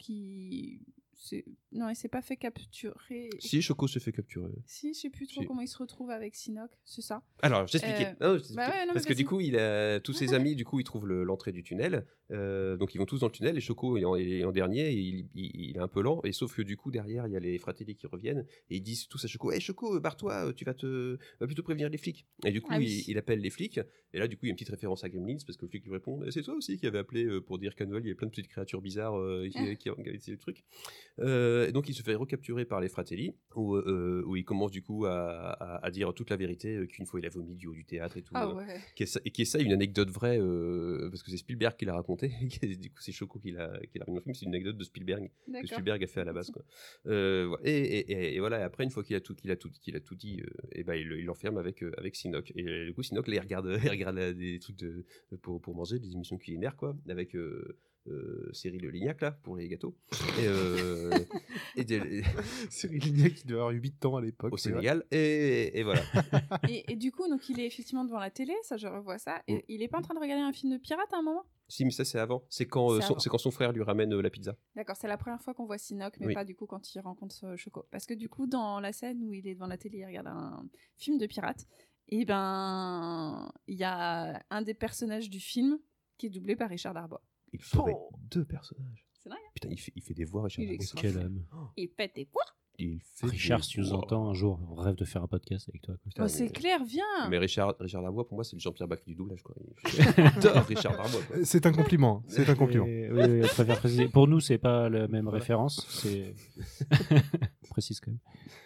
S8: qui s'est- non, il s'est pas fait capturer.
S7: Si Choco se fait capturer.
S8: Si, je sais plus trop
S7: Si.
S8: comment il se retrouve avec Sinoc, c'est ça
S7: Alors, j'expliquais.
S8: Euh,
S7: Non, je t'expliquais.
S8: bah ouais, non, mais
S7: Parce que
S8: vas-y.
S7: du coup, il a tous ses amis, du coup, ils trouvent le- l'entrée du tunnel. Euh, donc, ils vont tous dans le tunnel. Et Choco est en, est en dernier. et il, il- il est un peu lent. Et sauf que du coup, derrière, il y a les fratelli qui reviennent. Et ils disent tous à Choco Hé, Choco, euh, barre-toi. Tu vas te euh, va plutôt prévenir les flics. Et du coup,
S8: Ah
S7: il,
S8: oui.
S7: il appelle les flics. Et là, du coup, il y a une petite référence à Gremlins. Parce que le flic lui
S8: Ah.
S7: répond C'est toi aussi qui avait appelé euh, pour dire qu'à Noël, il y avait plein de petites créatures bizarres euh, qui, qui organisaient le truc. Euh, et donc il se fait recapturer par les Fratelli, où, euh, où il commence du coup à, à- à dire toute la vérité, euh, qu'une fois il a vomi du haut du théâtre et tout.
S8: Ah
S7: euh,
S8: ouais.
S7: qui est ça- et qui est ça une anecdote vraie, euh, parce que c'est Spielberg qui l'a raconté, [laughs] et du coup c'est Choco qui l'a qui l'a mis dans le film, c'est une anecdote de Spielberg, que
S8: D'accord.
S7: Spielberg a fait à la base. quoi. Euh, voilà. et, et- et- et voilà, et après une fois qu'il a, tout- qu'il a, tout- qu'il a tout dit, euh, et ben, il il l'enferme avec, euh, avec Sinoc. Et euh, du coup Sinoc, là, il regarde, [laughs] il regarde euh, des trucs de, pour, pour manger, des émissions culinaires, quoi, avec... Euh, euh, Cyril Lignac là pour les gâteaux et,
S8: [laughs]
S7: euh, et des-
S10: Cyril Lignac qui devait avoir 8 ans à l'époque.
S7: au
S10: c'est vrai.
S7: Sénégal et, et voilà
S8: Et, et du coup, donc il est effectivement devant la télé, ça je revois ça.
S7: Mm.
S8: Et il est pas en train de regarder un film de pirate à un moment
S7: si mais ça c'est avant c'est quand, euh,
S8: C'est
S7: son-
S8: avant.
S7: c'est quand son frère lui ramène euh, la pizza
S8: D'accord, c'est la première fois qu'on voit Sinoc, mais
S7: Oui.
S8: pas du coup quand il rencontre euh, Choco. Parce que du coup, dans la scène où il est devant la télé, il regarde un film de pirate, et ben, il y a un des personnages du film qui est doublé par Richard Darbois.
S7: il sauve deux personnages
S8: C'est dingue, hein.
S7: putain il fait, il fait des voix Richard
S8: Il est
S7: Darbois.
S9: Quel homme.
S8: hein Il pète des poires
S7: Il fait
S9: Richard,
S7: des
S9: si nous
S7: voix.
S9: entend un jour, on rêve de faire un podcast avec toi. quoi.
S8: Oh, c'est clair,
S9: Ah.
S8: viens
S7: Ah, Mais Richard, Richard Darbois, pour moi, c'est le Jean-Pierre Bacri du doublage. quoi.
S9: [laughs]
S7: J'adore [laughs] Richard Darbois. quoi.
S10: C'est un compliment. hein. C'est un compliment.
S9: Et- oui, oui, on préfère préciser. Pour nous, c'est pas la même référence. C'est [laughs] on précise quand même.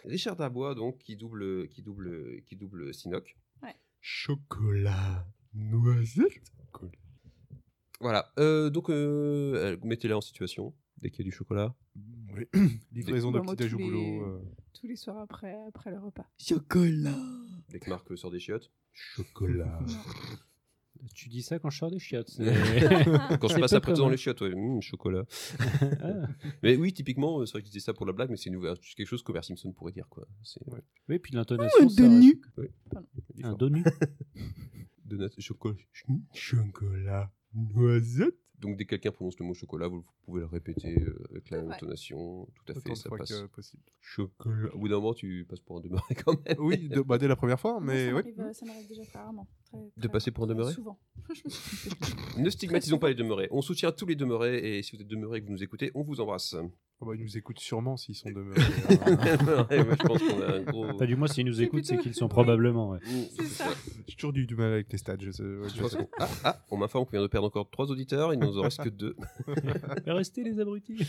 S7: Richard Darbois, donc, qui double, qui double, qui double Sinoc.
S8: Ouais.
S7: Chocolat, noisette, cool. Voilà. Euh, donc, euh, euh, mettez-la en situation. Dès qu'il y a du chocolat.
S10: Oui. [clears throat] Livraison de
S8: Bah, moi,
S10: petit déj
S8: tous
S10: au
S8: les-
S10: boulot. euh.
S8: Tous les soirs après, après le repas.
S7: Ah, Chocolat. Dès que Marc euh, sort des chiottes. Chocolat.
S9: Tu dis ça quand je sors des chiottes. c'est- [laughs]
S7: quand je
S9: Ah. C'est
S7: passe
S9: peu
S7: après tout dans
S9: commun.
S7: les chiottes, ouais, hum, chocolat.
S9: Ah.
S7: mais oui, typiquement, euh, c'est vrai que je disais ça pour la blague, mais c'est une- quelque chose qu'Aubert Simpson pourrait dire. quoi. C'est
S9: Oui, puis l'intonation. ça reste-
S7: Oui.
S9: Un dos nu.
S7: Donut, chocolat, chocolat, noisette. Donc dès que quelqu'un prononce le mot chocolat, vous pouvez le répéter euh, avec la même
S8: Ouais.
S7: intonation, tout à
S10: Autant
S7: fait,
S10: de
S7: ça
S10: fois
S7: passe.
S10: que possible.
S7: Chocolat. Au bout d'un moment, tu passes pour un demeuré quand même.
S10: Oui, de- bah, dès la première fois,
S8: Moi,
S10: mais
S8: ça
S10: oui.
S8: m'arrive, euh, ça m'arrive déjà très rarement. Très-
S7: De
S8: très-
S7: passer pour un
S8: très
S7: demeuré
S8: Souvent. [laughs]
S7: [laughs]
S8: Je me suis trompée.
S7: Ne stigmatisons pas les demeurés. On soutient tous les demeurés et si vous êtes demeuré et que vous nous écoutez, on vous embrasse. [laughs]
S10: Ah bah, ils nous écoutent sûrement s'ils sont demeurés. Ah,
S7: Ouais, moi, je pense qu'on a un gros- Mm,
S9: Enfin, du moins, s'ils nous
S8: C'est
S9: écoutent, c'est
S8: plutôt-
S9: qu'ils sont probablement. ouais.
S8: C'est ça.
S10: J'ai toujours du, du mal avec les stades. Je sais, ouais,
S7: Je
S10: je
S7: pense
S10: [laughs] sais.
S7: qu'on- Ah, ah, on m'informe qu'on vient de perdre encore trois auditeurs, il nous en reste que
S10: [laughs]
S7: deux.
S9: Mais Restez les abrutis.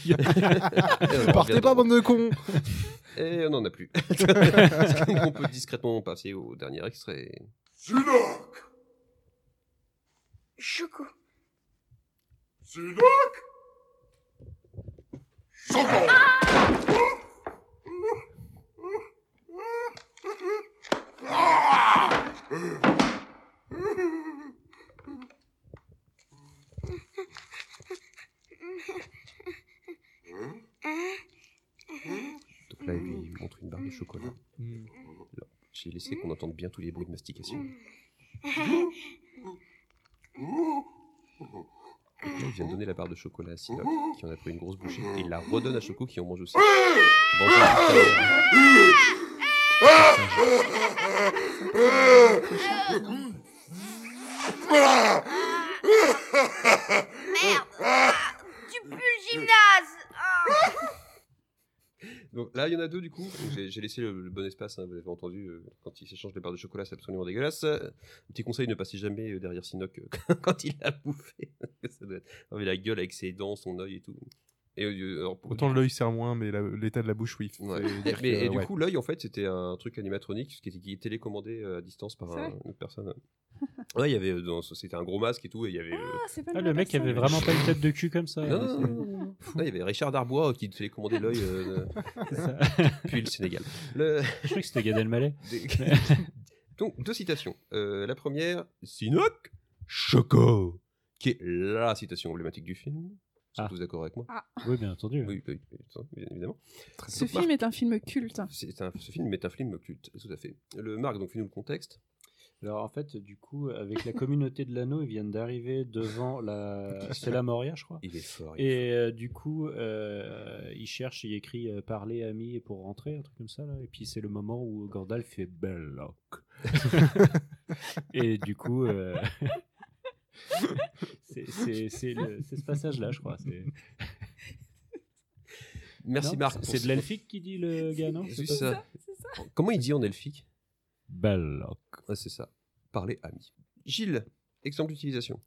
S10: Partez pas, bande de cons
S7: Et on n'en a plus. [laughs] Est-ce qu'on peut discrètement passer au dernier extrait
S12: Sinoc
S3: Choco.
S12: Sinoc Choco
S2: Ah,
S7: Donc là, lui, il montre une barre de chocolat.
S10: Mm.
S7: Là, J'ai laissé qu'on entende bien tous les bruits de mastication. Donc là, il vient de donner la barre de chocolat à Sinoc, qui en a pris une grosse bouchée, et il la redonne à Choco, qui en mange aussi. Vengeance du
S2: Merde Ah, Tu pues le gymnase Ah.
S7: Donc là, il y en a deux du coup. Donc, J'ai j'ai laissé le, le bon espace, hein, vous avez entendu. euh, quand ils s'échangent les barres de chocolat, c'est absolument dégueulasse. Euh, Petit conseil, ne passez jamais euh, derrière Sinoc euh, [laughs] quand il a bouffé. [laughs] Ça doit être- Ah, mais la gueule avec ses dents, son œil et tout. Et, euh, alors, pour-
S10: Autant l'œil sert moins, mais la- l'état de la bouche, oui.
S7: Ouais.
S10: Faut dire
S7: Mais- et
S10: que,
S7: du
S10: ouais.
S7: coup, l'œil, en fait, c'était un truc animatronique qui était, qui était télécommandé euh, à distance par
S8: C'est
S7: un-
S8: vrai
S7: une autre personne. Ouais, il y avait, euh, dans- c'était un gros masque et tout, et il y avait. euh,
S8: Ah, c'est
S9: [laughs]
S8: pas
S9: Ah,
S8: mal
S9: le
S8: la
S9: mec il avait
S8: personne.
S9: vraiment pas une tête de cul comme
S8: Ah,
S9: ça.
S7: Non,
S9: là,
S7: non,
S9: c'est-
S7: non, Ouais, il y avait Richard Darbois euh, qui télécommandait l'œil, euh,
S9: ça.
S7: puis le Sénégal. Le-
S9: Je crois que c'était Gad Elmaleh.
S8: [laughs]
S7: Des- Donc, deux citations. Euh, la première, Sinoc Choco,
S10: [laughs]
S7: qui est la citation emblématique du film. Vous
S9: Ah.
S7: êtes tous d'accord avec moi
S9: Oui, bien entendu.
S7: Oui, oui, oui, bien évidemment.
S8: Ce film est un film culte.
S7: C'est un- ce film est un film culte, tout à fait. Le Marc, donc, fais-nous le contexte.
S9: Alors en fait, du coup, avec la communauté de l'anneau, ils viennent d'arriver devant la. C'est la Moria, je crois.
S7: Il est fort. il est
S9: Et euh, du coup, euh, il cherche, il écrit euh, parler ami pour rentrer, un truc comme ça. Là. Et puis c'est le moment où Gandalf fait Belloc. [laughs] et du coup, euh, [laughs] c'est- c'est c'est le- c'est ce passage-là, je crois. c'est-
S7: Merci
S9: Non,
S7: Marc.
S9: c'est-
S7: pour
S9: C'est
S7: ce-
S9: de l'elfique qui dit le gars, non
S7: C'est
S9: pas
S7: ça. Comment il dit en elfique Ah,
S9: Belloc.
S7: Ouais, C'est ça. Parler ami. Gilles, exemple d'utilisation.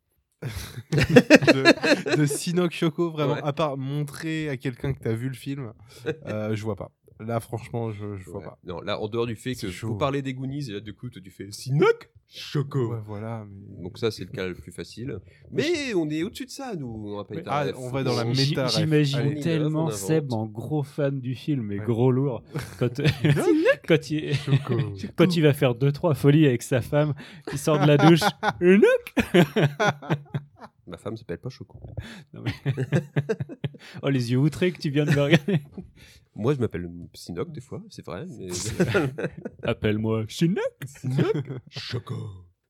S10: de, de Sinoc Choco, vraiment.
S7: Ouais.
S10: À part montrer à quelqu'un que t'as vu le film, [laughs] euh, je vois pas. Là, franchement, je, je vois
S7: Ouais.
S10: pas.
S7: Non, là, en dehors du fait que
S10: chaud.
S7: vous parlez des Goonies, et là, du coup, tu fais Sinoc Choco.
S10: Ouais, voilà. mais-
S7: Donc, ça, c'est le cas le plus facile. Mais on est au-dessus de ça, nous. On va pas y
S10: Mais-
S7: tarder.
S10: ah, on va dans la
S7: Faut-
S10: méta. Putain, ref. Allez. On
S9: J'imagine
S10: innove,
S9: tellement
S7: on invente.
S9: Seb en gros fan du film et
S10: Ouais.
S9: gros lourd
S7: [laughs]
S9: quand, [laughs] quand, il, quand il va faire deux trois folies avec sa femme qui sort de la douche.
S7: [laughs]
S9: Enoch
S7: Ma femme s'appelle pas Choco.
S9: Non, mais- Oh les yeux outrés que tu viens de me regarder. [laughs]
S7: Moi, je m'appelle Sinoc, des fois, c'est vrai.
S10: [laughs]
S7: mais-
S9: Appelle-moi Sinoc.
S7: Sinoc Choco.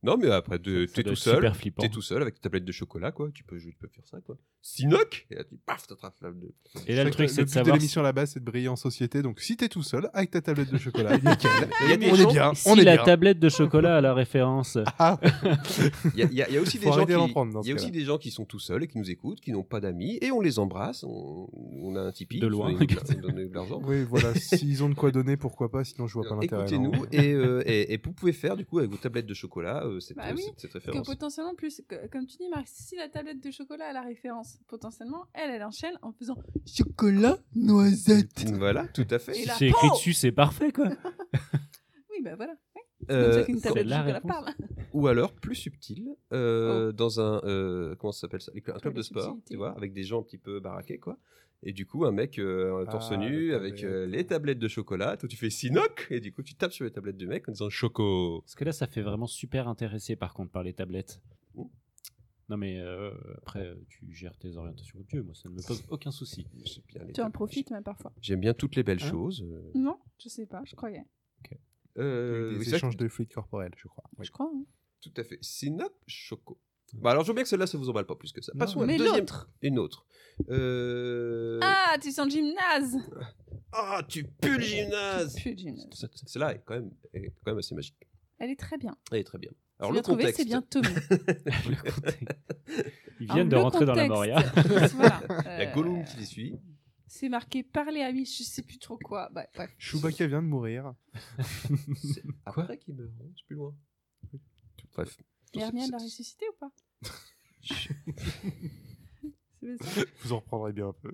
S7: Non, mais après, de-
S9: Ça
S7: Euh, t'es
S9: doit
S7: tout
S9: être
S7: seul.
S9: super flippant.
S7: T'es tout seul avec ta tablette de chocolat, quoi. Tu peux, tu peux faire ça, quoi. Sinoc Et là, tu paf, t'attrapes la. de-
S10: Eh,
S9: Et là, le truc, c'est de
S10: but
S9: savoir
S10: de l'émission là-bas, c'est de briller en société. Donc, si t'es tout seul, avec ta tablette de
S9: [laughs]
S10: chocolat, nickel.
S9: Il y a des
S10: on
S9: gens-
S10: est bien. Ah,
S9: Si
S10: on est
S9: la
S10: bien.
S9: tablette de chocolat à la référence.
S7: Il y a, il y a- il y a aussi,
S10: Faut
S7: des gens,
S10: arrêter d'en
S7: qui,
S10: prendre dans
S7: il y a
S10: ce
S7: aussi
S10: cas-là.
S7: des gens qui sont tout seuls et qui nous écoutent, qui n'ont pas d'amis, et on les embrasse. On, on a un Tipeee.
S9: De
S7: vous
S10: [laughs]
S9: loin.
S7: pouvez nous donner de l'argent.
S10: Oui, voilà. S'ils ont de quoi donner, pourquoi pas Sinon, je vois pas l'intérêt. non.
S7: Écoutez-nous et,
S10: [laughs]
S7: euh, et, et vous pouvez faire du coup avec vos tablettes de chocolat euh, cette,
S8: Bah oui,
S7: cette, cette
S8: Parce que
S7: référence.
S8: potentiellement, plus, que- comme tu dis, Marc, si la tablette de chocolat a la référence, potentiellement, elle, elle enchaîne en faisant chocolat, noisette.
S7: Mmh, Voilà, tout à fait.
S8: Et
S9: Si
S8: la
S9: c'est écrit
S8: peau
S9: dessus, c'est parfait quoi.
S8: Oui, bah voilà. ouais.
S7: Euh,
S8: C'est [laughs] comme ça qu'une tablette Oh.
S9: c'est
S8: de
S9: la
S8: chocolat
S9: réponse.
S8: parle.
S7: Ou alors plus subtil, euh, dans un euh, comment ça s'appelle ça, un club de sport,
S8: subtilités.
S7: tu vois, avec des gens un petit peu baraqués quoi. Et du coup, un mec euh, torse
S10: Ah,
S7: nu
S10: la
S7: avec euh, les tablettes de chocolat, toi tu fais Sinoc, et du coup tu tapes sur les tablettes du mec en disant Choco.
S9: Parce que là, ça fait vraiment super intéressé par contre par les tablettes. Non mais euh, après, euh, tu gères tes orientations Dieu, moi ça ne me pose aucun souci.
S8: Tu en profites Mmh. même parfois.
S7: J'aime bien toutes les belles
S9: Hein
S7: choses. euh,
S8: Non, je sais pas, je croyais.
S7: Euh,
S10: Des
S7: oui, ça,
S10: échanges de fluides corporels, je crois.
S8: Je crois. hein.
S7: Tout à fait. Sinop Choco. Bah alors je veux bien que celle-là ça vous emballe pas plus que ça. Passons à
S8: Mais
S7: une deuxième.
S8: l'autre.
S7: Une autre. Euh...
S8: Ah, tu sens le gymnase
S7: Ah, tu pues le gymnase
S8: Tu pues le gymnase.
S7: Ce- ce- Celle-là est quand même, est quand même assez magique.
S8: Elle est très bien.
S7: Elle est très bien.
S8: Tu l'as trouvé, c'est bien
S7: [laughs]
S8: Tommy.
S9: Le contexte. Ils
S8: Alors,
S9: viennent de
S8: le
S9: rentrer dans la Moria.
S8: contexte, [laughs] voilà,
S7: [laughs] La
S8: euh,
S7: Gollum qui les suit.
S8: C'est marqué parler à lui, je sais plus trop quoi. Bah, bref.
S10: Chewbacca vient de mourir.
S7: C'est après qu'il meurt, hein, c'est plus loin. Bref.
S8: Et
S7: [laughs]
S8: Hermione l'a
S7: C'est-
S8: ressuscité ou pas C'est ça
S10: Vous en reprendrez bien un peu.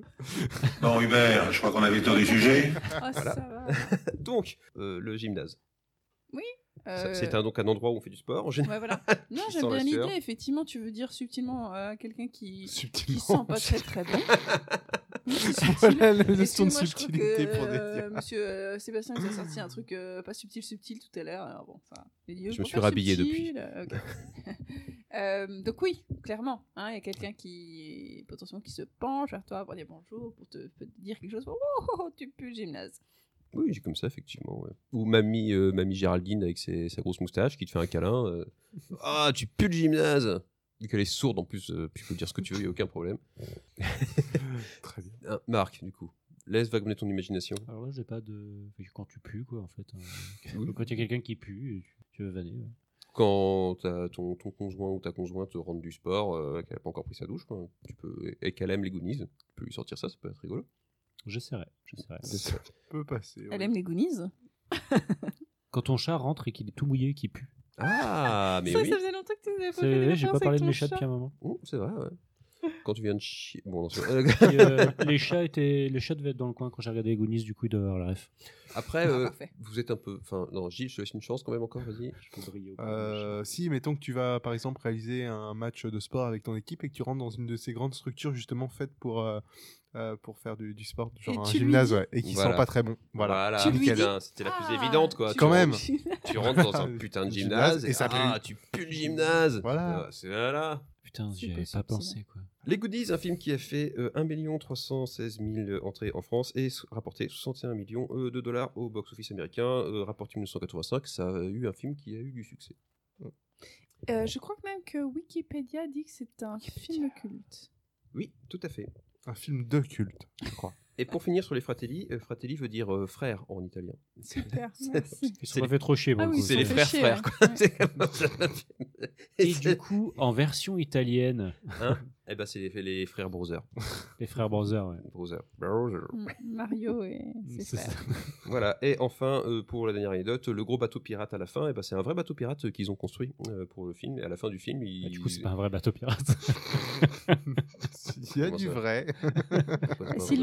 S12: Bon, Hubert, je crois qu'on a vu le tour du sujet.
S8: Ah,
S7: [laughs] Voilà.
S8: ça va.
S7: Donc, euh, le gymnase. Ça-
S8: Euh,
S7: C'est un, donc un endroit où on fait du sport en général.
S10: [laughs]
S8: Ouais, voilà. Non,
S7: Qui
S8: j'aime
S7: sent
S8: bien
S7: la sueur.
S8: l'idée. Effectivement, tu veux dire subtilement à quelqu'un qui, qui
S10: Subtilement.
S8: sent
S10: [laughs]
S8: pas très très bon. Oui, c'est subtil.
S10: Voilà la notion de
S8: Excuse-moi, je crois
S10: subtilité
S8: que,
S10: pour des.
S8: euh, Monsieur euh, Sébastien nous a sorti un truc euh, pas subtil subtil tout à l'heure. Alors bon, enfin, il dit, euh,
S7: Je
S8: faut
S7: me suis
S8: faire
S7: rhabillé
S8: subtil, euh, ok. [laughs] Euh, donc oui, clairement, hein, il y a quelqu'un qui potentiellement qui se penche vers toi pour dire bonjour, pour te, te dire quelque chose. Oh, oh, oh, tu pues le gymnase.
S7: Oui, j'ai comme ça, effectivement. ouais. Ou mamie, euh, mamie Géraldine avec ses- sa grosse moustache qui te fait un câlin. euh, Ah, tu pues le gymnase Vu qu'elle est sourde en plus, euh, puis tu peux dire ce que tu veux, il n'y a aucun problème.
S10: Très bien.
S7: Hein, Marc, du coup, laisse vagabonder ton imagination.
S9: Alors là, j'ai pas de. Quand tu pues, quoi, en fait. hein.
S7: Oui.
S9: Quand il y a quelqu'un qui pue, et tu- tu veux vanner. ouais.
S7: Quand t'as ton, ton conjoint ou ta conjointe rentre du sport, euh, qu'elle n'a pas encore pris sa douche, quoi, tu peux, et qu'elle aime les goonies, tu peux lui sortir ça, ça peut être rigolo.
S9: J'essaierai. j'essaierai.
S10: Ça peut passer.
S8: Elle
S10: oui.
S8: aime les Goonies.
S9: Quand ton chat rentre et qu'il est tout mouillé, qu'il pue.
S8: [laughs]
S7: Ah, mais
S8: ça,
S7: oui
S8: ça faisait longtemps que tu n'avais pas
S9: C'est
S8: fait
S9: vrai,
S8: des
S9: j'ai pas
S8: références
S9: parlé
S8: avec
S9: de mes
S8: ton
S9: chats depuis un moment.
S7: Oh, C'est vrai, ouais. Quand tu viens de chier. Bon, non, c'est-
S8: [laughs]
S9: Et, euh, [laughs] les chats étaient, les chats devaient être dans le coin quand j'ai regardé les Goonies, du coup ils devaient avoir la ref.
S7: Après,
S8: Ah,
S7: euh,
S8: parfait.
S7: vous êtes un peu. Enfin, non, Gilles, je te laisse une chance quand même encore, vas-y.
S9: Je peux briller au coin de mes chats.
S10: Euh, si, mettons que tu vas par exemple réaliser un match de sport avec ton équipe et que tu rentres dans une de ces grandes structures justement faites pour, euh, euh, pour faire du, du sport, genre
S8: Et
S10: un
S8: tu lui
S10: gymnase,
S8: dis-
S10: ouais, et qui
S7: Voilà.
S10: sent pas très bon. Voilà.
S7: Voilà,
S8: Tu lui
S7: nickel,
S8: dis-
S7: hein, c'était la plus
S8: Ah,
S7: évidente, quoi.
S8: tu
S7: Tu
S10: Quand même.
S7: rentres- Tu rentres dans [laughs] un putain de gymnase et,
S10: ça pue.
S7: ah, tu pues le gymnase.
S10: Voilà.
S7: Ah, c'est là.
S9: Putain,
S8: C'est
S9: j'y avais
S8: possible,
S9: pas
S8: c'est
S9: pensé quoi.
S7: Les Goodies, un film qui a fait euh, 1 316 000 euh, entrées en France et s- rapporté 61 millions euh, de dollars au box-office américain, euh, rapporté 1985. Ça a eu un film qui a eu du succès.
S8: [laughs] Euh, je crois même que Wikipédia dit que c'est un film culte.
S7: Oui, tout à fait.
S10: Un film de culte, je crois.
S7: Et pour finir sur les Fratelli, euh, Fratelli veut dire euh, frère en italien.
S8: Super,
S7: C'est- [laughs]
S8: merci.
S7: C'est
S9: Ils se sont pas
S7: les-
S9: fait trop chier. pour
S8: Ah
S9: le
S8: oui,
S9: coup.
S8: ils
S7: C'est les
S8: sont
S7: frères
S8: fâchés,
S7: [laughs] frères,
S8: ouais.
S7: quoi.
S8: Ouais.
S7: [laughs] C'est comme ça.
S9: Et du coup, en version italienne,
S7: Hein Eh ben, c'est les, les frères Browser.
S9: Les frères Browser, ouais.
S7: Browser.
S8: Mm, Mario et ses frères.
S7: voilà, et enfin, euh, pour la dernière anecdote, le gros bateau pirate à la fin, eh ben, c'est un vrai bateau pirate euh, qu'ils ont construit euh, pour le film, et à la fin du film, ils...
S9: Bah, Du coup, c'est
S7: [laughs]
S9: pas un vrai bateau pirate.
S10: [laughs]
S7: Il y a du vrai.
S8: S'ils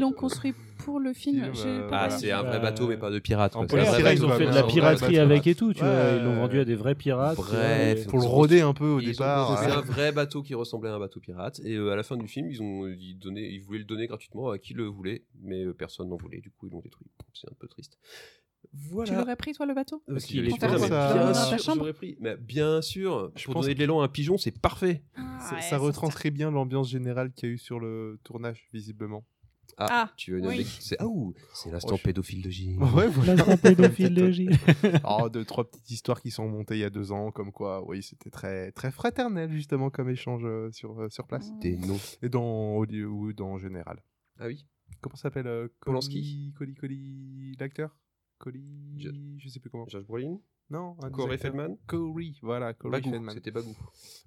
S10: [laughs]
S8: l'ont construit pour le film,
S10: euh,
S8: je-
S7: Ah, c'est un vrai bateau, mais pas de pirate. quoi. C'est un vrai
S9: Bah, ils ont
S7: bateau,
S9: fait de
S7: mais
S9: la
S7: un vrai
S9: piraterie
S7: bateau.
S9: avec et tout, tu vois.
S7: Ouais.
S9: Ils l'ont vendu à des vrais pirates. tu vois,
S7: Bref,
S9: et-
S7: ils ont construit- ils ont construit
S10: euh,
S9: hein.
S7: un vrai bateau qui ressemblait à un bateau pirate. Et euh, à la fin du film, ils, ont, ils, donnaient- ils voulaient le donner gratuitement à qui le voulait, mais euh, personne n'en voulait. Du coup, ils l'ont détruit. C'est un peu triste. Voilà. Euh,
S8: Tu l'aurais pris, toi, le bateau
S10: Euh,
S7: Parce qu'il
S8: Pour
S7: est
S8: faire
S7: tout-
S8: quoi
S7: mais
S8: Dans
S7: bien
S8: ta
S7: sûr,
S8: chambre
S7: j'aurais pris. Mais bien sûr, pour
S10: pense
S7: donner de l'élan à un pigeon, c'est parfait.
S8: Ah,
S10: Ça- ça retranscrit bien l'ambiance générale qu'il y a eu sur le tournage, visiblement.
S7: Ah, tu veux une anecdote- c'est- ah, ouh, c'est l'instant
S9: Oh,
S7: pédophile de [laughs] Gilles.
S10: [laughs] Ouais,
S9: Euh,
S10: [laughs] voilà.
S7: L'instant pédophile de Gilles.
S10: oh, deux, trois petites histoires qui sont montées il y a deux ans, comme quoi, oui, c'était très, très fraternel, justement, comme échange euh, sur, euh, sur place.
S7: Des noms.
S10: Et dans Hollywood en général.
S7: Ah oui
S10: Comment s'appelle euh,
S7: Polanski.
S10: Colli, Colli, l'acteur Colli, je... sais
S9: Oh.
S10: plus comment.
S7: Josh Brolin
S10: Non,
S9: Ah,
S10: un des
S7: Corey
S10: acteurs.
S7: Feldman
S10: Corey, voilà, Corey
S7: Bagou,
S10: Feldman.
S7: c'était Bagou.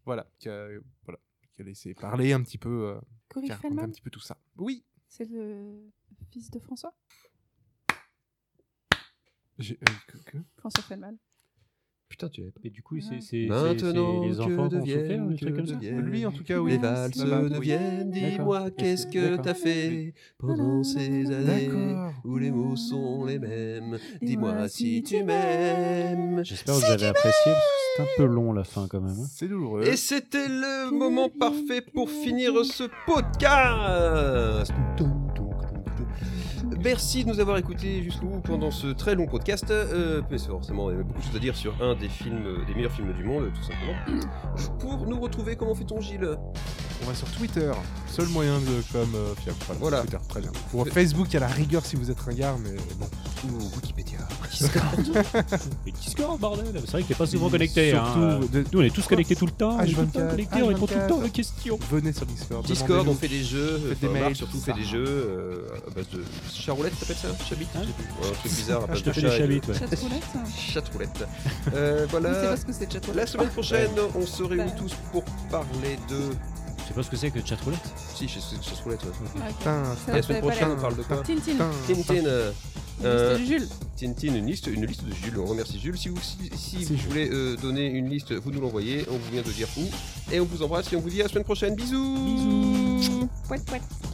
S10: Voilà, qui a, voilà, qui a laissé parler un petit peu. euh,
S8: Corey
S10: qui a raconté
S8: Feldman
S10: un petit peu tout ça. Oui.
S8: C'est le fils de François
S10: J'ai- euh, que- que-
S8: François Feldman.
S7: Putain, tu l'avais pas.
S9: Et du coup, c'est
S8: Ouais.
S9: c'est- c'est-
S7: Maintenant
S9: c'est les
S7: que
S9: enfants qui ont souffert,
S7: deviennent-
S9: des trucs
S7: que
S9: comme ça.
S7: deviennent-
S10: Lui, en tout cas, oui.
S7: Les valses
S10: Là-bas, oui.
S7: deviennent, dis-moi,
S9: D'accord.
S7: qu'est-ce que
S9: D'accord.
S7: t'as fait pendant ces années
S10: D'accord.
S7: où les mots sont les mêmes Dis-moi si tu m'aimes.
S9: J'espère que vous avez apprécié, parce que c'est un peu long la fin quand même. hein.
S10: C'est douloureux.
S7: Et c'était le moment parfait pour finir ce podcast. Merci de nous avoir écoutés jusqu'au bout pendant ce très long podcast. Euh, mais c'est forcément, il y a beaucoup de choses à dire sur un des films, euh, des meilleurs films du monde, tout simplement. Pour nous retrouver, comment fait-on, Gilles
S10: On va sur Twitter. Seul moyen de comme euh, fiable. Voilà.
S7: Voilà.
S10: Twitter, très bien. Ou Facebook à la rigueur si vous êtes ringard, mais bon.
S7: Ou Wikipédia.
S9: [laughs] Mais Discord, bordel C'est vrai qu'il est pas souvent connecté.
S10: Surtout,
S9: hein.
S10: de-
S9: Nous, on est tous connectés tout le temps. on est tout le temps
S10: H24,
S9: connectés, on répond tout le temps aux
S10: H24.
S9: questions.
S10: Venez sur Discord.
S7: Discord,
S10: demandez-nous.
S7: on fait des jeux,
S10: Faites
S7: enfin,
S10: des
S7: Marc
S10: mails,
S7: surtout
S10: tout
S7: fait
S10: ça.
S7: des jeux euh, à base de charroulette, t'appelles ça Chabit Je sais plus. Ouais, Un truc bizarre à
S9: Ah,
S7: base
S9: je te
S7: de
S9: fais des
S7: chat et de-
S9: chabites, ouais.
S8: Chatroulette
S7: Chatroulette. Euh,
S8: Je sais
S7: voilà.
S8: pas ce que hein. c'est, chatroulette.
S7: La semaine prochaine,
S8: Ouais.
S7: on se réunit
S8: Ouais.
S7: tous pour parler de.
S9: Je sais pas ce que c'est que chatroulette.
S7: Si, je sais que chatroulette. ouais.
S8: Ah,
S10: Tin,
S7: Et La semaine prochaine, on parle de quoi
S8: Tintin.
S7: Tintin. euh,
S8: Une
S7: euh,
S8: liste de Jules.
S7: Tintin, une liste, une liste de Jules. On remercie Jules. Si vous, si, si vous voulez euh, donner une liste, vous nous l'envoyez. On vous vient de dire où. Et on vous embrasse et on vous dit à la semaine prochaine. Bisous.
S8: Pouet, pouet.